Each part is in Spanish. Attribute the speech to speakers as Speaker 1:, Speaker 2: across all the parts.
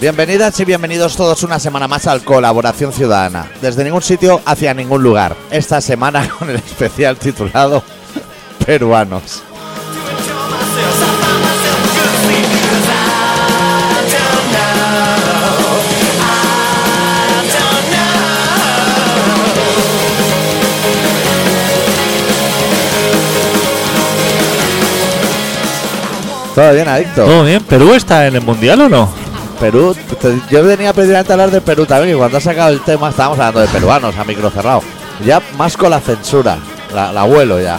Speaker 1: Bienvenidas y bienvenidos todos una semana más al Colaboración Ciudadana. Desde ningún sitio hacia ningún lugar. Esta semana con el especial titulado Peruanos. Todo bien, adicto.
Speaker 2: Todo bien, ¿Perú está en el mundial o no?
Speaker 1: Perú, te- yo venía precisamente a hablar de Perú también, y cuando has sacado el tema estábamos hablando de peruanos a micro cerrado. Ya más con la censura, la, la vuelo ya.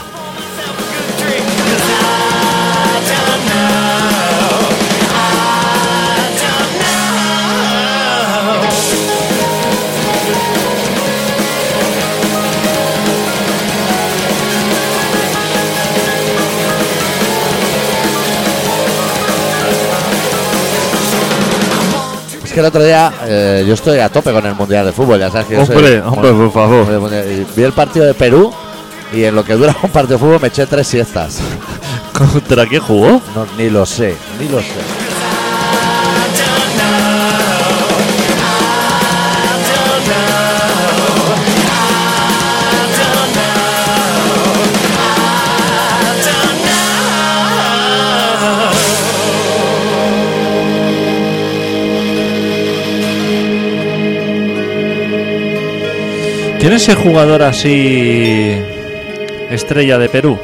Speaker 1: Es que el otro día eh, yo estoy a tope con el Mundial de Fútbol, ya sabes que yo soy-
Speaker 2: Hombre, hombre, por favor.
Speaker 1: Hombre, hombre, y Vi el partido de Perú y en lo que dura un partido de fútbol me eché tres siestas.
Speaker 2: ¿Contra quién jugó?
Speaker 1: No, ni lo sé, ni lo sé.
Speaker 2: ¿Quién es el jugador así estrella de Perú?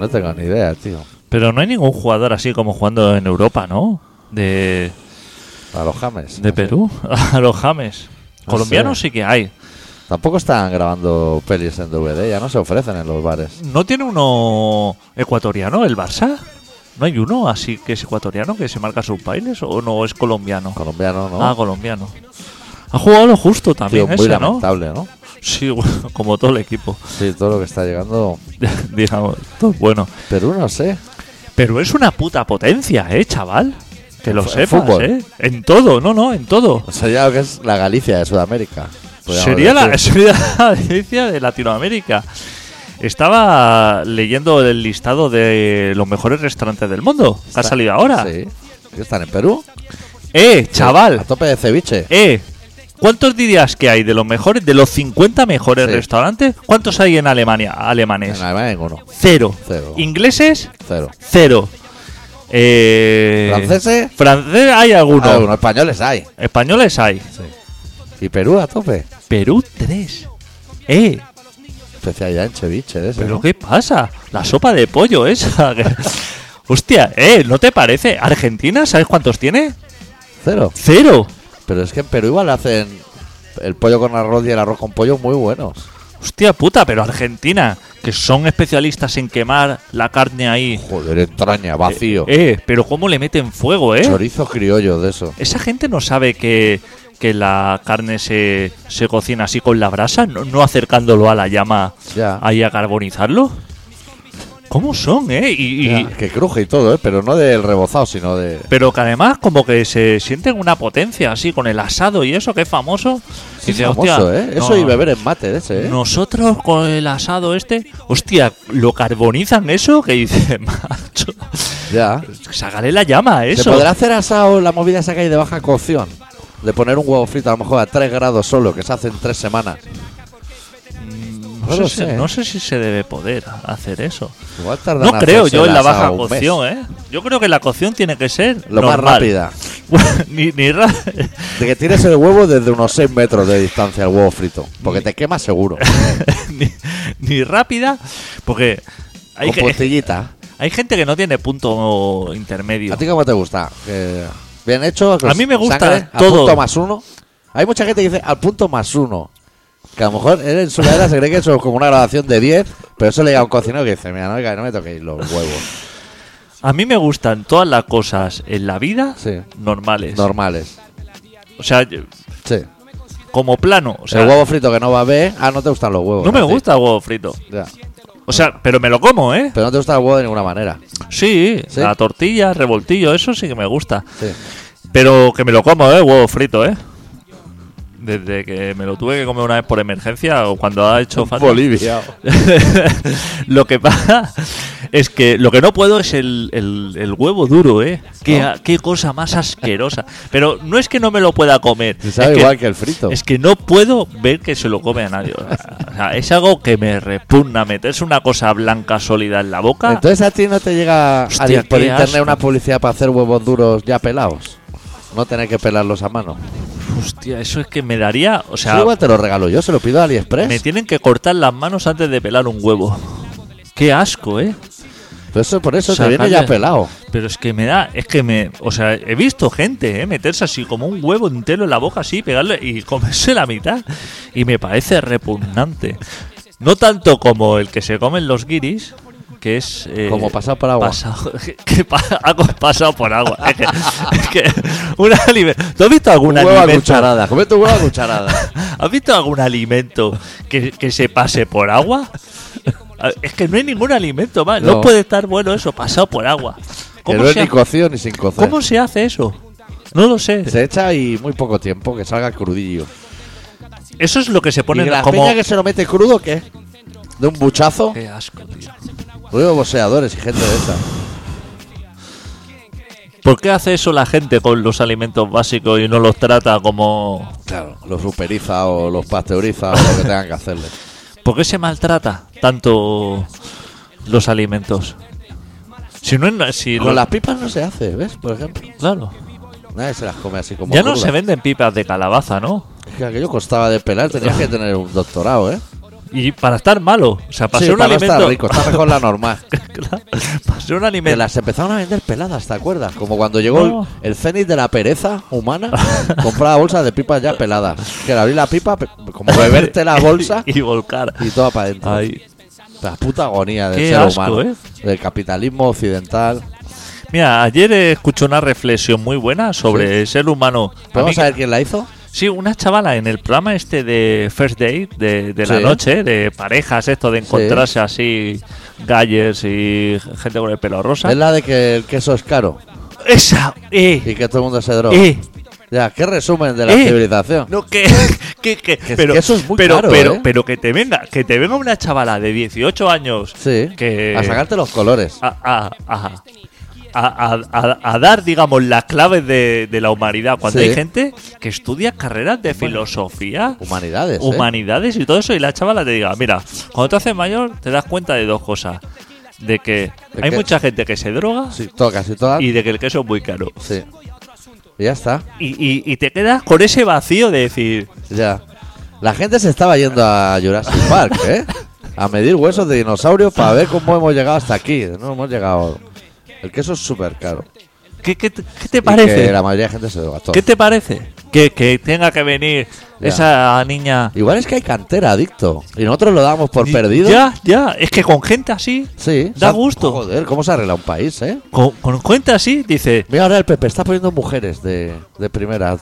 Speaker 1: No tengo ni idea, tío.
Speaker 2: Pero no hay ningún jugador así como jugando en Europa, ¿no? De,
Speaker 1: A los James.
Speaker 2: de Perú, a los James.
Speaker 1: No
Speaker 2: Colombianos
Speaker 1: sé.
Speaker 2: sí que hay.
Speaker 1: Tampoco están grabando pelis en DVD, ya no se ofrecen en los bares.
Speaker 2: ¿No tiene uno ecuatoriano el Barça? ¿No hay uno así que es ecuatoriano que se marca sus bailes o no es colombiano?
Speaker 1: Colombiano, ¿no?
Speaker 2: Ah, colombiano. Ha jugado lo
Speaker 1: Tío,
Speaker 2: justo también
Speaker 1: muy
Speaker 2: ese, ¿no?
Speaker 1: lamentable, ¿no?
Speaker 2: Sí, bueno, como todo el equipo.
Speaker 1: Sí, todo lo que está llegando.
Speaker 2: Digamos, todo es bueno.
Speaker 1: Perú, no sé.
Speaker 2: Pero es una puta potencia, ¿eh, chaval? Que lo
Speaker 1: Fu-
Speaker 2: sepas,
Speaker 1: fútbol.
Speaker 2: ¿eh? En todo, no, no, en todo.
Speaker 1: O sea, ya lo que es la Galicia de Sudamérica. podríamos
Speaker 2: Sería la,
Speaker 1: decir.
Speaker 2: sería la delicia de Latinoamérica. Estaba leyendo el listado de los mejores restaurantes del mundo. que Ha
Speaker 1: Está-
Speaker 2: salido ahora.
Speaker 1: Sí. ¿Están en Perú?
Speaker 2: ¡Eh, chaval!
Speaker 1: A tope de ceviche.
Speaker 2: ¡Eh! ¿Cuántos dirías que hay de los mejores, de los 50 mejores
Speaker 1: Sí.
Speaker 2: restaurantes? ¿Cuántos hay en Alemania? Alemanes.
Speaker 1: En Alemania ninguno.
Speaker 2: Cero.
Speaker 1: Cero.
Speaker 2: Ingleses,
Speaker 1: Cero.
Speaker 2: cero. Eh,
Speaker 1: ¿Franceses?
Speaker 2: Francés hay alguno.
Speaker 1: Ah, bueno, españoles hay.
Speaker 2: Españoles hay.
Speaker 1: Y Perú a tope.
Speaker 2: Perú, tres. Eh,
Speaker 1: Especialidad en ceviche de ese.
Speaker 2: ¿Pero
Speaker 1: ¿no?
Speaker 2: qué pasa? La sopa de pollo esa. que- Hostia, eh, ¿no te parece? ¿Argentina? ¿Sabes cuántos tiene?
Speaker 1: Cero.
Speaker 2: Cero.
Speaker 1: Pero es que en Perú igual hacen el pollo con arroz y el arroz con pollo muy buenos.
Speaker 2: Hostia puta, pero Argentina, que son especialistas en quemar la carne ahí.
Speaker 1: Joder, entraña, vacío.
Speaker 2: Eh, pero ¿cómo le meten fuego, eh?
Speaker 1: Chorizo criollo de eso.
Speaker 2: Esa gente no sabe que, que la carne se, se cocina así con la brasa, no, no acercándolo a la llama
Speaker 1: Ya.
Speaker 2: ahí a carbonizarlo. ¿Cómo son, eh? Y- y,
Speaker 1: Ya, Que cruje y todo, ¿eh? Pero no del rebozado, sino de...
Speaker 2: Pero que además como que se sienten una potencia así con el asado y eso que es famoso.
Speaker 1: Sí,
Speaker 2: Dice,
Speaker 1: famoso,
Speaker 2: hostia,
Speaker 1: ¿eh?
Speaker 2: no,
Speaker 1: Eso y beber en mate de ese, ¿eh?
Speaker 2: Nosotros con el asado este, hostia, lo carbonizan eso que dice, macho,
Speaker 1: Ya.
Speaker 2: sácale la llama a
Speaker 1: ¿Se
Speaker 2: eso.
Speaker 1: podrá hacer asado la movida esa que hay de baja cocción? De poner un huevo frito a lo mejor a 3 grados solo, que se hace en 3 semanas.
Speaker 2: No,
Speaker 1: No
Speaker 2: sé
Speaker 1: lo
Speaker 2: si,
Speaker 1: sé.
Speaker 2: no sé si se debe poder hacer eso.
Speaker 1: Igual tardan
Speaker 2: No
Speaker 1: en
Speaker 2: creo
Speaker 1: hacerse
Speaker 2: yo
Speaker 1: el
Speaker 2: en la
Speaker 1: asado
Speaker 2: baja
Speaker 1: un mes.
Speaker 2: cocción, ¿eh? Yo creo que la cocción tiene que ser
Speaker 1: Lo más
Speaker 2: normal.
Speaker 1: rápida.
Speaker 2: ni, ni ra-
Speaker 1: De que tires el huevo desde unos 6 metros de distancia al huevo frito. Porque te quema seguro.
Speaker 2: ni, ni rápida, porque hay
Speaker 1: Con
Speaker 2: que...
Speaker 1: puntillita.
Speaker 2: Hay gente que no tiene punto intermedio.
Speaker 1: ¿A ti cómo te gusta? Que bien hecho. que
Speaker 2: A mí me gusta
Speaker 1: sangre, al
Speaker 2: todo.
Speaker 1: punto más uno. Hay mucha gente que dice al punto más uno. Que a lo mejor él en su edad se cree que eso es como una grabación de 10, pero eso le llega a un cocinero que dice, mira, no, oiga, no me toquéis los huevos
Speaker 2: A mí me gustan todas las cosas en la vida
Speaker 1: Sí.
Speaker 2: normales.
Speaker 1: normales.
Speaker 2: o sea, yo-
Speaker 1: Sí.
Speaker 2: como plano. O sea,
Speaker 1: el huevo frito que no va a ver, ah, no te gustan los huevos.
Speaker 2: Ah. no me
Speaker 1: a ti.
Speaker 2: gusta el huevo frito.
Speaker 1: Ya.
Speaker 2: O sea, pero me lo como, ¿eh?
Speaker 1: Pero no te gusta el huevo de ninguna manera.
Speaker 2: Sí,
Speaker 1: ¿Sí?
Speaker 2: la tortilla, revoltillo, eso sí que me gusta.
Speaker 1: Sí.
Speaker 2: Pero que me lo como, ¿eh? Huevo frito, ¿eh? Desde que me lo tuve que comer una vez por emergencia o cuando ha hecho falta.
Speaker 1: Bolivia.
Speaker 2: lo que pasa Es que lo que no puedo es el, el- el huevo duro, ¿eh? Qué, a- qué cosa más asquerosa. Pero no es que no me lo pueda comer.
Speaker 1: Se sabe
Speaker 2: es
Speaker 1: igual que el frito.
Speaker 2: Es que no puedo ver que se lo come a nadie. O sea, o sea, es algo que me repugna meter. Es una cosa blanca sólida en la boca.
Speaker 1: Entonces a ti no te llega a-
Speaker 2: Hostia,
Speaker 1: por
Speaker 2: qué
Speaker 1: internet
Speaker 2: asco.
Speaker 1: una publicidad para hacer huevos duros ya pelados. No tener que pelarlos a mano.
Speaker 2: Hostia, eso es que me daría. O
Speaker 1: Sí,
Speaker 2: sea,
Speaker 1: igual te lo regalo yo, se lo pido a AliExpress.
Speaker 2: me tienen que cortar las manos antes de pelar un huevo. Qué asco, ¿eh?
Speaker 1: Pero eso, por eso te
Speaker 2: Sacarle-
Speaker 1: viene ya pelado.
Speaker 2: Pero es que me da, es que me, o sea, he visto gente, ¿eh? meterse así como un huevo entero en la boca así, pegarle y comerse la mitad. Y me parece repugnante. No tanto como el que se comen los guiris, que es... eh,
Speaker 1: Como pasado por agua.
Speaker 2: pasado- que pa- algo es pasado por agua. Es que, es que una alime- ¿Tú has visto algún
Speaker 1: Un huevo a
Speaker 2: alimento?
Speaker 1: cucharada. Comete un huevo a cucharada.
Speaker 2: ¿Has visto algún alimento que, que se pase por agua? Ah, Es que no hay ningún alimento más. No,
Speaker 1: No.
Speaker 2: puede estar bueno eso, pasado por agua.
Speaker 1: que
Speaker 2: ¿Cómo
Speaker 1: no es
Speaker 2: se
Speaker 1: ni
Speaker 2: hace?
Speaker 1: cocido ni sin cocer.
Speaker 2: ¿Cómo se hace eso? No lo sé.
Speaker 1: Se echa y muy poco tiempo, que salga crudillo.
Speaker 2: Eso es lo que se
Speaker 1: ¿Y
Speaker 2: pone
Speaker 1: la
Speaker 2: como.
Speaker 1: peña que se lo mete crudo qué? ¿De un buchazo?
Speaker 2: Qué asco, tío.
Speaker 1: Luego boxeadores y gente de esa.
Speaker 2: ¿Por qué hace eso la gente con los alimentos básicos y no los trata como.?
Speaker 1: Claro, los superiza o los pasteuriza o lo que tengan que hacerle.
Speaker 2: ¿Por qué se maltrata tanto los alimentos? Si no es. Si
Speaker 1: Con
Speaker 2: lo-
Speaker 1: las pipas no se hace, ¿ves? Por ejemplo.
Speaker 2: Claro.
Speaker 1: Nadie se las come así como
Speaker 2: Ya no
Speaker 1: crudas.
Speaker 2: se venden pipas de calabaza, ¿no?
Speaker 1: Es que aquello costaba de pelar, tenías que tener un doctorado, ¿eh?
Speaker 2: Y para estar malo. O sea, para
Speaker 1: sí,
Speaker 2: ser un
Speaker 1: para no
Speaker 2: alimento. Ah,
Speaker 1: estar rico, está mejor la normal.
Speaker 2: Claro, para ser un
Speaker 1: Que
Speaker 2: alimento.
Speaker 1: las empezaron a vender peladas, ¿te acuerdas? Como cuando llegó
Speaker 2: No.
Speaker 1: el, el fénix de la pereza humana, compraba bolsas de pipas ya peladas. Que le abrí la pipa, pe- como beberte la bolsa
Speaker 2: y volcar.
Speaker 1: y todo para adentro.
Speaker 2: Ay.
Speaker 1: La puta agonía del
Speaker 2: Qué
Speaker 1: ser
Speaker 2: asco,
Speaker 1: humano.
Speaker 2: ¿eh?
Speaker 1: Del capitalismo occidental.
Speaker 2: Mira, ayer eh, escuché una reflexión muy buena sobre el ser humano. A mí
Speaker 1: ¿Podemos saber quién la hizo?
Speaker 2: Sí, una chavala en el programa este de First Date, de, de la
Speaker 1: Sí.
Speaker 2: noche, de parejas, esto de encontrarse así, galles y gente con el pelo rosa.
Speaker 1: Es la de que el queso es caro
Speaker 2: Esa, eh,
Speaker 1: y que todo el mundo se droga.
Speaker 2: eh.
Speaker 1: Ya, qué resumen de la
Speaker 2: Eh.
Speaker 1: civilización.
Speaker 2: No, que, que, que-
Speaker 1: Que-
Speaker 2: pero,
Speaker 1: que eso es muy
Speaker 2: pero,
Speaker 1: caro,
Speaker 2: pero,
Speaker 1: ¿eh?
Speaker 2: pero que te venga, que te venga una chavala de 18 años
Speaker 1: Sí.
Speaker 2: que Ah,
Speaker 1: A sacarte los colores.
Speaker 2: a, a- a- a- a- a- a dar, digamos, las claves de, de la humanidad. Cuando
Speaker 1: Sí.
Speaker 2: hay gente que estudia carreras de filosofía,
Speaker 1: Humanidades. ¿eh?
Speaker 2: humanidades y todo eso, y la chavala te diga, mira, cuando te haces mayor te das cuenta de dos cosas. De que
Speaker 1: ¿De
Speaker 2: hay
Speaker 1: qué?
Speaker 2: mucha gente que se droga
Speaker 1: Sí, todo, casi todas.
Speaker 2: y de que el queso es muy caro.
Speaker 1: Sí. Y ya está.
Speaker 2: Y, y- y te quedas con ese vacío de decir,
Speaker 1: Ya. La gente se estaba yendo a Jurassic Park, ¿eh? A medir huesos de dinosaurios para ver cómo hemos llegado hasta aquí. No hemos llegado. El queso es súper caro.
Speaker 2: ¿qué, qué te- qué te
Speaker 1: Y
Speaker 2: parece?
Speaker 1: que la mayoría de gente se lo gastó.
Speaker 2: ¿Qué te parece? Que, que tenga que venir
Speaker 1: Ya.
Speaker 2: esa niña.
Speaker 1: Igual es que hay cantera, adicto. Y nosotros lo damos por perdido.
Speaker 2: Ya, ya, es que con gente así,
Speaker 1: Sí.
Speaker 2: Da
Speaker 1: Se ha-
Speaker 2: gusto.
Speaker 1: Joder, cómo se arregla un país, ¿eh?
Speaker 2: con, con gente así, dice,
Speaker 1: Mira, ahora el Pepe está poniendo mujeres de, de primera.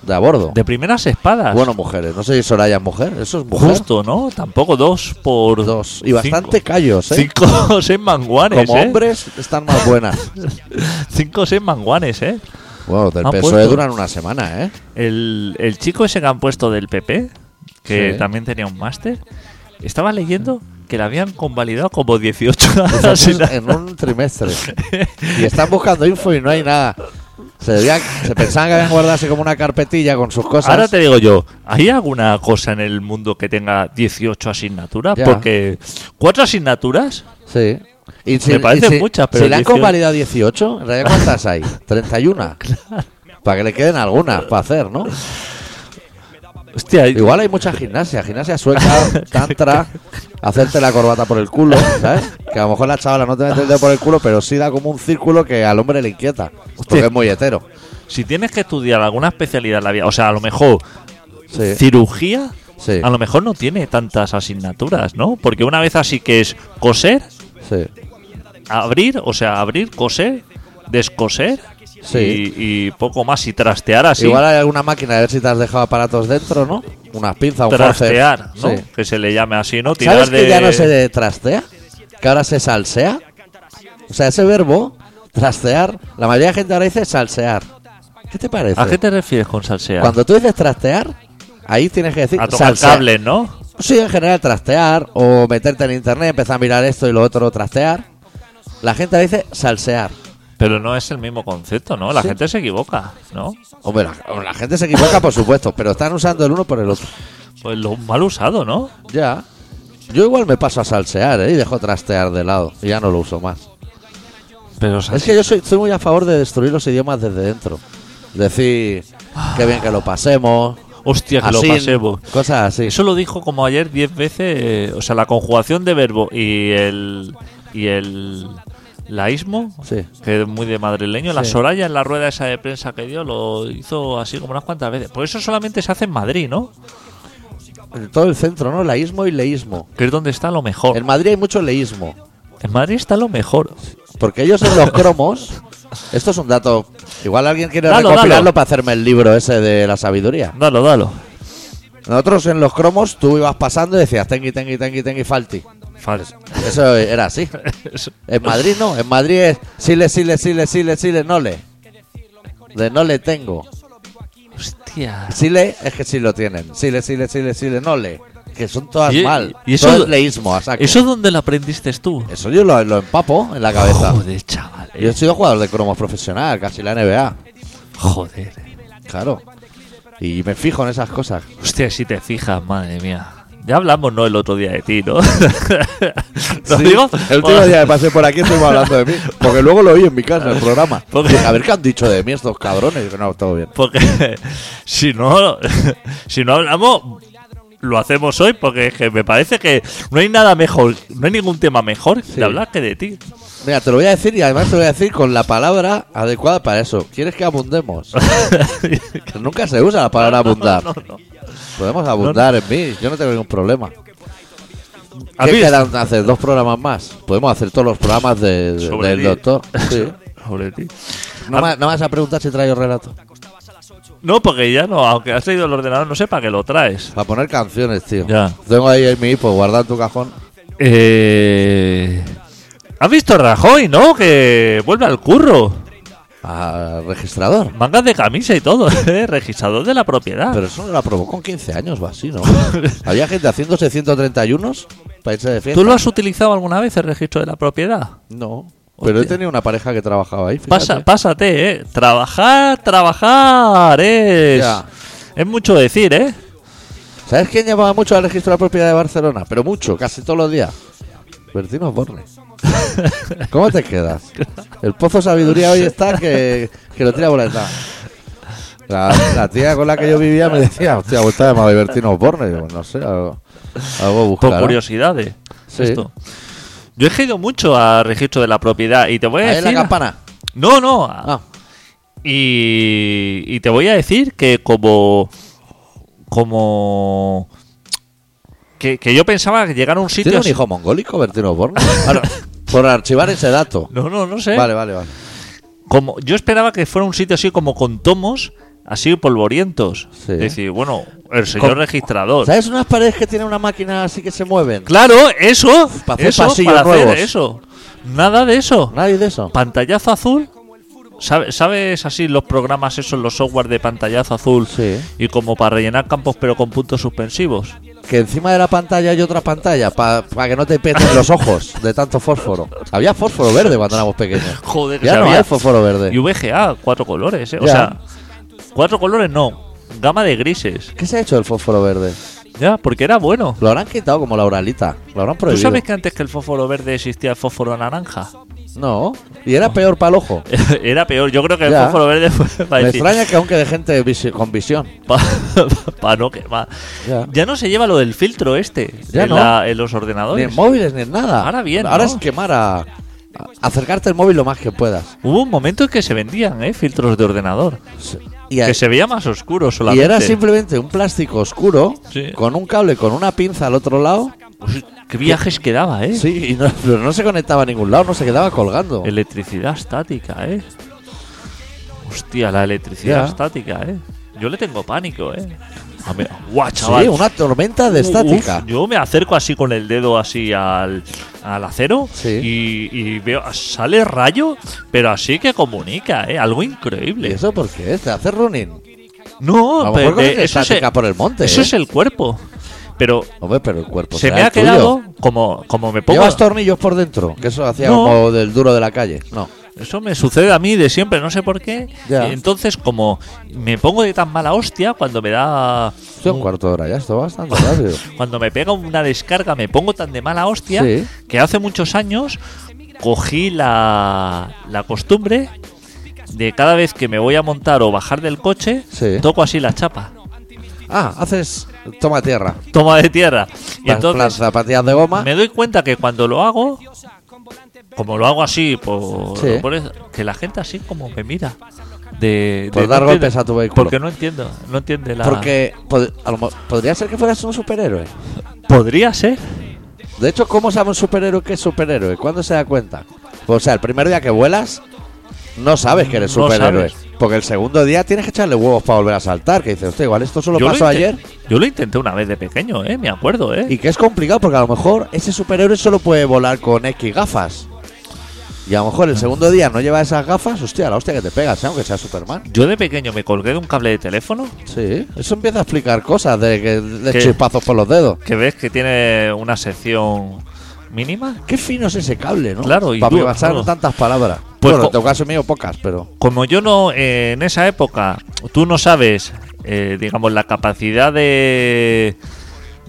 Speaker 1: De a bordo.
Speaker 2: de primeras espadas.
Speaker 1: Bueno, mujeres. No sé si Soraya es mujer. Eso es mujer.
Speaker 2: justo, ¿no? Tampoco dos por
Speaker 1: Dos. Y
Speaker 2: cinco.
Speaker 1: bastante callos, ¿eh?
Speaker 2: Cinco o seis manguanes,
Speaker 1: Como
Speaker 2: ¿eh?
Speaker 1: hombres están más buenas.
Speaker 2: Cinco o seis manguanes, ¿eh?
Speaker 1: Bueno, del
Speaker 2: Han
Speaker 1: PSOE
Speaker 2: puesto.
Speaker 1: E duran una semana, ¿eh?
Speaker 2: El, el chico ese que han puesto del PP, que
Speaker 1: Sí.
Speaker 2: también tenía un máster, estaba leyendo que le habían convalidado como 18
Speaker 1: Entonces,
Speaker 2: asesinatos.
Speaker 1: en un trimestre. Y están buscando info y no hay nada. Se, debían- se pensaban que habían guardado así como una carpetilla con sus cosas.
Speaker 2: Ahora te digo yo, ¿hay alguna cosa en el mundo que tenga 18 asignaturas?
Speaker 1: Ya.
Speaker 2: Porque cuatro asignaturas,
Speaker 1: Sí. Y
Speaker 2: Me parecen
Speaker 1: y si-
Speaker 2: muchas, pero
Speaker 1: Si le han
Speaker 2: 18.
Speaker 1: convalidado 18, ¿en realidad cuántas hay? 31. Para que le queden algunas para hacer, ¿no?
Speaker 2: hostia,
Speaker 1: Igual hay mucha gimnasia, gimnasia sueca, tantra, hacerte la corbata por el culo, ¿sabes? Que a lo mejor la chavala no te mete el dedo por el culo, pero sí da como un círculo que al hombre le inquieta. Porque
Speaker 2: Hostia.
Speaker 1: es muy hetero.
Speaker 2: si tienes que estudiar alguna especialidad en la vida, o sea, a lo mejor
Speaker 1: Sí.
Speaker 2: cirugía,
Speaker 1: Sí.
Speaker 2: a lo mejor no tiene tantas asignaturas, ¿no? Porque una vez así que es coser,
Speaker 1: Sí.
Speaker 2: abrir, o sea, abrir, coser, descoser
Speaker 1: Sí.
Speaker 2: y, y poco más y trastear así.
Speaker 1: Igual hay alguna máquina, a ver si te has dejado aparatos dentro, ¿no? Unas pinzas, un
Speaker 2: trastear,
Speaker 1: forceps.
Speaker 2: ¿no?
Speaker 1: Sí.
Speaker 2: Que se le llame así, ¿no? Tirar
Speaker 1: ¿Sabes
Speaker 2: de
Speaker 1: que ya no se trastea? Que ahora se salsea. O sea, ese verbo, trastear, la mayoría de gente ahora dice salsear. ¿Qué te parece?
Speaker 2: ¿A qué te refieres con salsear?
Speaker 1: Cuando tú dices trastear, ahí tienes que decir
Speaker 2: a tocar
Speaker 1: salsear.
Speaker 2: cables, ¿no?
Speaker 1: Sí, en general trastear o meterte en internet, empezar a mirar esto y lo otro trastear. La gente le dice salsear.
Speaker 2: Pero no es el mismo concepto, ¿no? La
Speaker 1: Sí.
Speaker 2: gente se equivoca, ¿no?
Speaker 1: Hombre, la, la gente se equivoca, por supuesto, pero están usando el uno por el otro.
Speaker 2: Pues lo mal usado, ¿no?
Speaker 1: Ya. Yo igual me paso a salsear, ¿eh? Y dejo trastear de lado. Y ya no lo uso más.
Speaker 2: Pero o sea,
Speaker 1: Es que yo soy, estoy muy a favor de destruir los idiomas desde dentro. Decir, qué bien que lo pasemos.
Speaker 2: hostia, que
Speaker 1: así,
Speaker 2: lo pasemos.
Speaker 1: Cosas así.
Speaker 2: Eso lo dijo como ayer 10 veces, eh, o sea, la conjugación de verbo y el y el laísmo,
Speaker 1: Sí.
Speaker 2: que es muy de madrileño, la
Speaker 1: Sí.
Speaker 2: Soraya en la rueda esa de prensa que dio lo hizo así como unas cuantas veces. Por eso solamente se hace en Madrid, ¿no?
Speaker 1: En todo el centro, ¿no? Laísmo y leísmo.
Speaker 2: Que es donde está lo mejor.
Speaker 1: En Madrid hay mucho leísmo.
Speaker 2: En Madrid está lo mejor.
Speaker 1: Porque ellos en los cromos. Esto es un dato. Igual alguien quiere
Speaker 2: Dalo,
Speaker 1: recopilarlo
Speaker 2: dalo.
Speaker 1: para hacerme el libro ese de la sabiduría.
Speaker 2: Dalo, dalo.
Speaker 1: Nosotros en los cromos tú ibas pasando y decías tengui, tengui, tengui, tengui, falti.
Speaker 2: Falso.
Speaker 1: Eso era así. En Madrid no, en Madrid es sile, sile, sile, sile, sile, no le. De no le tengo.
Speaker 2: Hostia.
Speaker 1: Sile es que sí lo tienen. Sile, sile, sile, sile, no le. Que son todas
Speaker 2: Y-
Speaker 1: mal.
Speaker 2: y
Speaker 1: eso
Speaker 2: eso-
Speaker 1: es leísmo, a saco.
Speaker 2: ¿Eso dónde lo aprendiste tú?
Speaker 1: Eso yo lo, lo empapo en la cabeza.
Speaker 2: Joder, chaval. eh,
Speaker 1: Yo he sido jugador de cromos profesional, casi la NBA.
Speaker 2: Joder.
Speaker 1: Claro. Y me fijo en esas cosas.
Speaker 2: Hostia, si te fijas, madre mía. Ya hablamos, ¿no? El otro día de ti, ¿no? ¿Lo
Speaker 1: Sí,
Speaker 2: digo?
Speaker 1: El último día que pasé por aquí estuvimos hablando de mí. Porque luego lo oí en mi casa, el programa.
Speaker 2: Porque-
Speaker 1: Dije, a ver qué han dicho de mí estos cabrones. Y dije, no, todo bien.
Speaker 2: Porque si no, si no hablamos, lo hacemos hoy porque es que me parece que no hay nada mejor, no hay ningún tema mejor
Speaker 1: Sí.
Speaker 2: de hablar que de ti.
Speaker 1: Mira, te lo voy a decir y además te lo voy a decir con la palabra adecuada para eso. ¿Quieres que abundemos? Que Nunca se usa la palabra abundar.
Speaker 2: No, no.
Speaker 1: Podemos abundar en mí, yo no tengo ningún problema.
Speaker 2: ¿Has
Speaker 1: ¿Qué
Speaker 2: visto?
Speaker 1: quedan hacer? ¿Dos programas más? Podemos hacer todos los programas de- de-
Speaker 2: Sobre
Speaker 1: del
Speaker 2: ti.
Speaker 1: doctor. Sí.
Speaker 2: Sobre ti.
Speaker 1: No, me, no me vas a preguntar si traigo relato.
Speaker 2: No, porque ya no, aunque has traído el ordenador, no sé para qué lo traes.
Speaker 1: Para poner canciones, tío.
Speaker 2: Ya.
Speaker 1: Tengo ahí en mi hipo, guardado en tu cajón.
Speaker 2: Eh, ¿Has visto Rajoy, no? Que vuelve al curro.
Speaker 1: Al registrador.
Speaker 2: Mangas de camisa y todo, ¿eh? Registrador de la propiedad.
Speaker 1: Pero eso no la provocó con 15 años o así, ¿no? Había gente haciéndose 131 para irse de fiesta.
Speaker 2: ¿Tú lo has utilizado alguna vez el registro de la propiedad?
Speaker 1: No. Pero he
Speaker 2: Hostia.
Speaker 1: tenido una pareja que trabajaba ahí. fíjate.
Speaker 2: Pasa, pásate, ¿eh? Trabajar, trabajar es...
Speaker 1: Ya. Pues
Speaker 2: Es mucho decir, ¿eh?
Speaker 1: ¿Sabes quién llamaba mucho al registro de la propiedad de Barcelona? Pero mucho, casi todos los días. Bertino Borne. ¿Cómo te quedas? El pozo sabiduría hoy está que, que lo tira por la entrada. La, la tía con la que yo vivía me decía, hostia, vuelta de madre Bertino Borne. Digo, no sé, algo, algo
Speaker 2: Por
Speaker 1: buscará.
Speaker 2: curiosidades.
Speaker 1: Sí.
Speaker 2: Esto. Yo he ido mucho al registro de la propiedad y te voy a
Speaker 1: Ahí en
Speaker 2: decir...
Speaker 1: la campana.
Speaker 2: No, no. a-
Speaker 1: Ah,
Speaker 2: Y, y te voy a decir que como... Como... Que, que yo pensaba que llegar a un sitio...
Speaker 1: ¿Tiene un
Speaker 2: así-
Speaker 1: hijo mongólico Bertino Borne? Ahora, por archivar ese dato.
Speaker 2: No, no, no sé.
Speaker 1: Vale, vale, vale.
Speaker 2: Como, yo esperaba que fuera un sitio así como con tomos, así polvorientos.
Speaker 1: Sí.
Speaker 2: Es decir, bueno, el señor
Speaker 1: Con-
Speaker 2: registrador.
Speaker 1: ¿Sabes unas paredes que tienen una máquina así que se mueven?
Speaker 2: Claro, eso.
Speaker 1: Pa' hacer
Speaker 2: eso,
Speaker 1: pasillos
Speaker 2: para hacer
Speaker 1: nuevos.
Speaker 2: eso. Nada de eso.
Speaker 1: Nadie de eso.
Speaker 2: Pantallazo azul. ¿Sabe- ¿Sabes así los programas esos, los software de pantallazo azul?
Speaker 1: Sí.
Speaker 2: Y como para rellenar campos pero con puntos suspensivos.
Speaker 1: Que encima de la pantalla hay otra pantalla para que no te peten los ojos de tanto fósforo. Había fósforo verde cuando éramos pequeños.
Speaker 2: Joder, que
Speaker 1: ya
Speaker 2: se
Speaker 1: no
Speaker 2: había-
Speaker 1: hay fósforo verde.
Speaker 2: Y VGA, cuatro colores, ¿eh? O
Speaker 1: Ya.
Speaker 2: sea, cuatro colores no. Gama de grises.
Speaker 1: ¿Qué se ha hecho del fósforo verde?
Speaker 2: Ya, porque era bueno.
Speaker 1: Lo habrán quitado como la oralita. Lo habrán
Speaker 2: ¿Tú
Speaker 1: prohibido.
Speaker 2: sabes que antes que el fósforo verde existía el fósforo naranja?
Speaker 1: No. Y era peor para el ojo.
Speaker 2: Era peor. Yo creo que el
Speaker 1: Ya.
Speaker 2: fósforo verde fue
Speaker 1: Me
Speaker 2: para decir.
Speaker 1: extraña que aún quede gente visi- con visión.
Speaker 2: Para no quemar.
Speaker 1: Ya.
Speaker 2: Ya no se lleva lo del filtro este
Speaker 1: Ya
Speaker 2: en,
Speaker 1: no.
Speaker 2: la- en los
Speaker 1: Ni
Speaker 2: ordenadores.
Speaker 1: en móviles ni en nada.
Speaker 2: Ahora bien,
Speaker 1: Ahora
Speaker 2: ¿no?
Speaker 1: es quemar a, a- acercarte el móvil lo más que puedas.
Speaker 2: Hubo un momento en que se vendían ¿eh? filtros de ordenador.
Speaker 1: Y, a-
Speaker 2: Que se veía más oscuro
Speaker 1: y
Speaker 2: solamente.
Speaker 1: era simplemente un plástico oscuro
Speaker 2: Sí.
Speaker 1: con un cable con una pinza al otro lado
Speaker 2: Uy, Pues, Qué viajes quedaba, ¿eh?
Speaker 1: Sí, y no, pero no se conectaba a ningún lado, no se quedaba colgando.
Speaker 2: Electricidad estática, ¿eh? Hostia, la electricidad
Speaker 1: Ya.
Speaker 2: estática, ¿eh? Yo le tengo pánico, ¿eh? A mí- Guau, chaval. Uh,
Speaker 1: sí, una tormenta de
Speaker 2: Uf,
Speaker 1: estática.
Speaker 2: yo me acerco así con el dedo así al, al acero
Speaker 1: Sí.
Speaker 2: y, y veo, sale rayo, pero así que comunica, ¿eh? Algo
Speaker 1: ¿Y
Speaker 2: increíble.
Speaker 1: eso por qué? ¿Te hace running?
Speaker 2: No,
Speaker 1: a lo
Speaker 2: pero
Speaker 1: mejor con
Speaker 2: eh, eso, es,
Speaker 1: estática por el monte.
Speaker 2: eso
Speaker 1: ¿eh?
Speaker 2: es el cuerpo. Pero
Speaker 1: Hombre, pero el cuerpo
Speaker 2: se
Speaker 1: será
Speaker 2: me
Speaker 1: el
Speaker 2: ha quedado
Speaker 1: tuyo.
Speaker 2: como, como me pongo.
Speaker 1: ¿Llevas tornillos por dentro? Que eso hacía
Speaker 2: No.
Speaker 1: como del duro de la calle. No.
Speaker 2: Eso me sucede a mí de siempre, no sé por qué.
Speaker 1: Ya.
Speaker 2: Y Entonces, como me pongo de tan mala hostia cuando me da.
Speaker 1: Estoy a un cuarto de hora ya, esto va bastante rápido.
Speaker 2: Cuando me pega una descarga, me pongo tan de mala hostia
Speaker 1: Sí.
Speaker 2: que hace muchos años cogí la, la costumbre de cada vez que me voy a montar o bajar del coche,
Speaker 1: Sí.
Speaker 2: toco así la chapa.
Speaker 1: Ah, haces toma tierra.
Speaker 2: Toma de tierra. Y
Speaker 1: Las
Speaker 2: entonces
Speaker 1: zapatillas de goma.
Speaker 2: me doy cuenta que cuando lo hago, como lo hago así, por,
Speaker 1: Sí.
Speaker 2: por eso, que la gente así como me mira. De,
Speaker 1: Por
Speaker 2: de-
Speaker 1: dar
Speaker 2: no
Speaker 1: golpes
Speaker 2: entiende-
Speaker 1: a tu vehículo.
Speaker 2: Porque no entiendo, no entiende la.
Speaker 1: Porque pod- a lo mo- podría ser que fueras un superhéroe.
Speaker 2: podría ser.
Speaker 1: De hecho, ¿cómo sabe un superhéroe que es superhéroe? ¿Cuándo se da cuenta? O sea, el primer día que vuelas, no sabes que eres
Speaker 2: No
Speaker 1: superhéroe.
Speaker 2: sabes.
Speaker 1: Porque el segundo día tienes que echarle huevos para volver a saltar. Que dices, hostia, igual esto solo
Speaker 2: Yo
Speaker 1: pasó
Speaker 2: inten-
Speaker 1: ayer.
Speaker 2: Yo lo intenté una vez de pequeño, eh, me acuerdo, eh.
Speaker 1: Y que es complicado porque a lo mejor ese superhéroe solo puede volar con X gafas. Y a lo mejor el segundo día no lleva esas gafas, hostia, la hostia que te pegas, ¿eh? aunque sea Superman.
Speaker 2: Yo de pequeño me colgué de un cable de teléfono
Speaker 1: Sí, eso empieza a explicar cosas de, que- de
Speaker 2: ¿Qué?
Speaker 1: chispazos por los dedos.
Speaker 2: que ves que tiene una sección mínima.
Speaker 1: Qué fino es ese cable, ¿no?
Speaker 2: Claro, y
Speaker 1: Para
Speaker 2: duro,
Speaker 1: pasar
Speaker 2: duro.
Speaker 1: tantas palabras.
Speaker 2: Pues
Speaker 1: bueno,
Speaker 2: co-
Speaker 1: en tu caso mío pocas, pero...
Speaker 2: Como yo no, eh, en esa época, tú no sabes, eh, digamos, la capacidad de.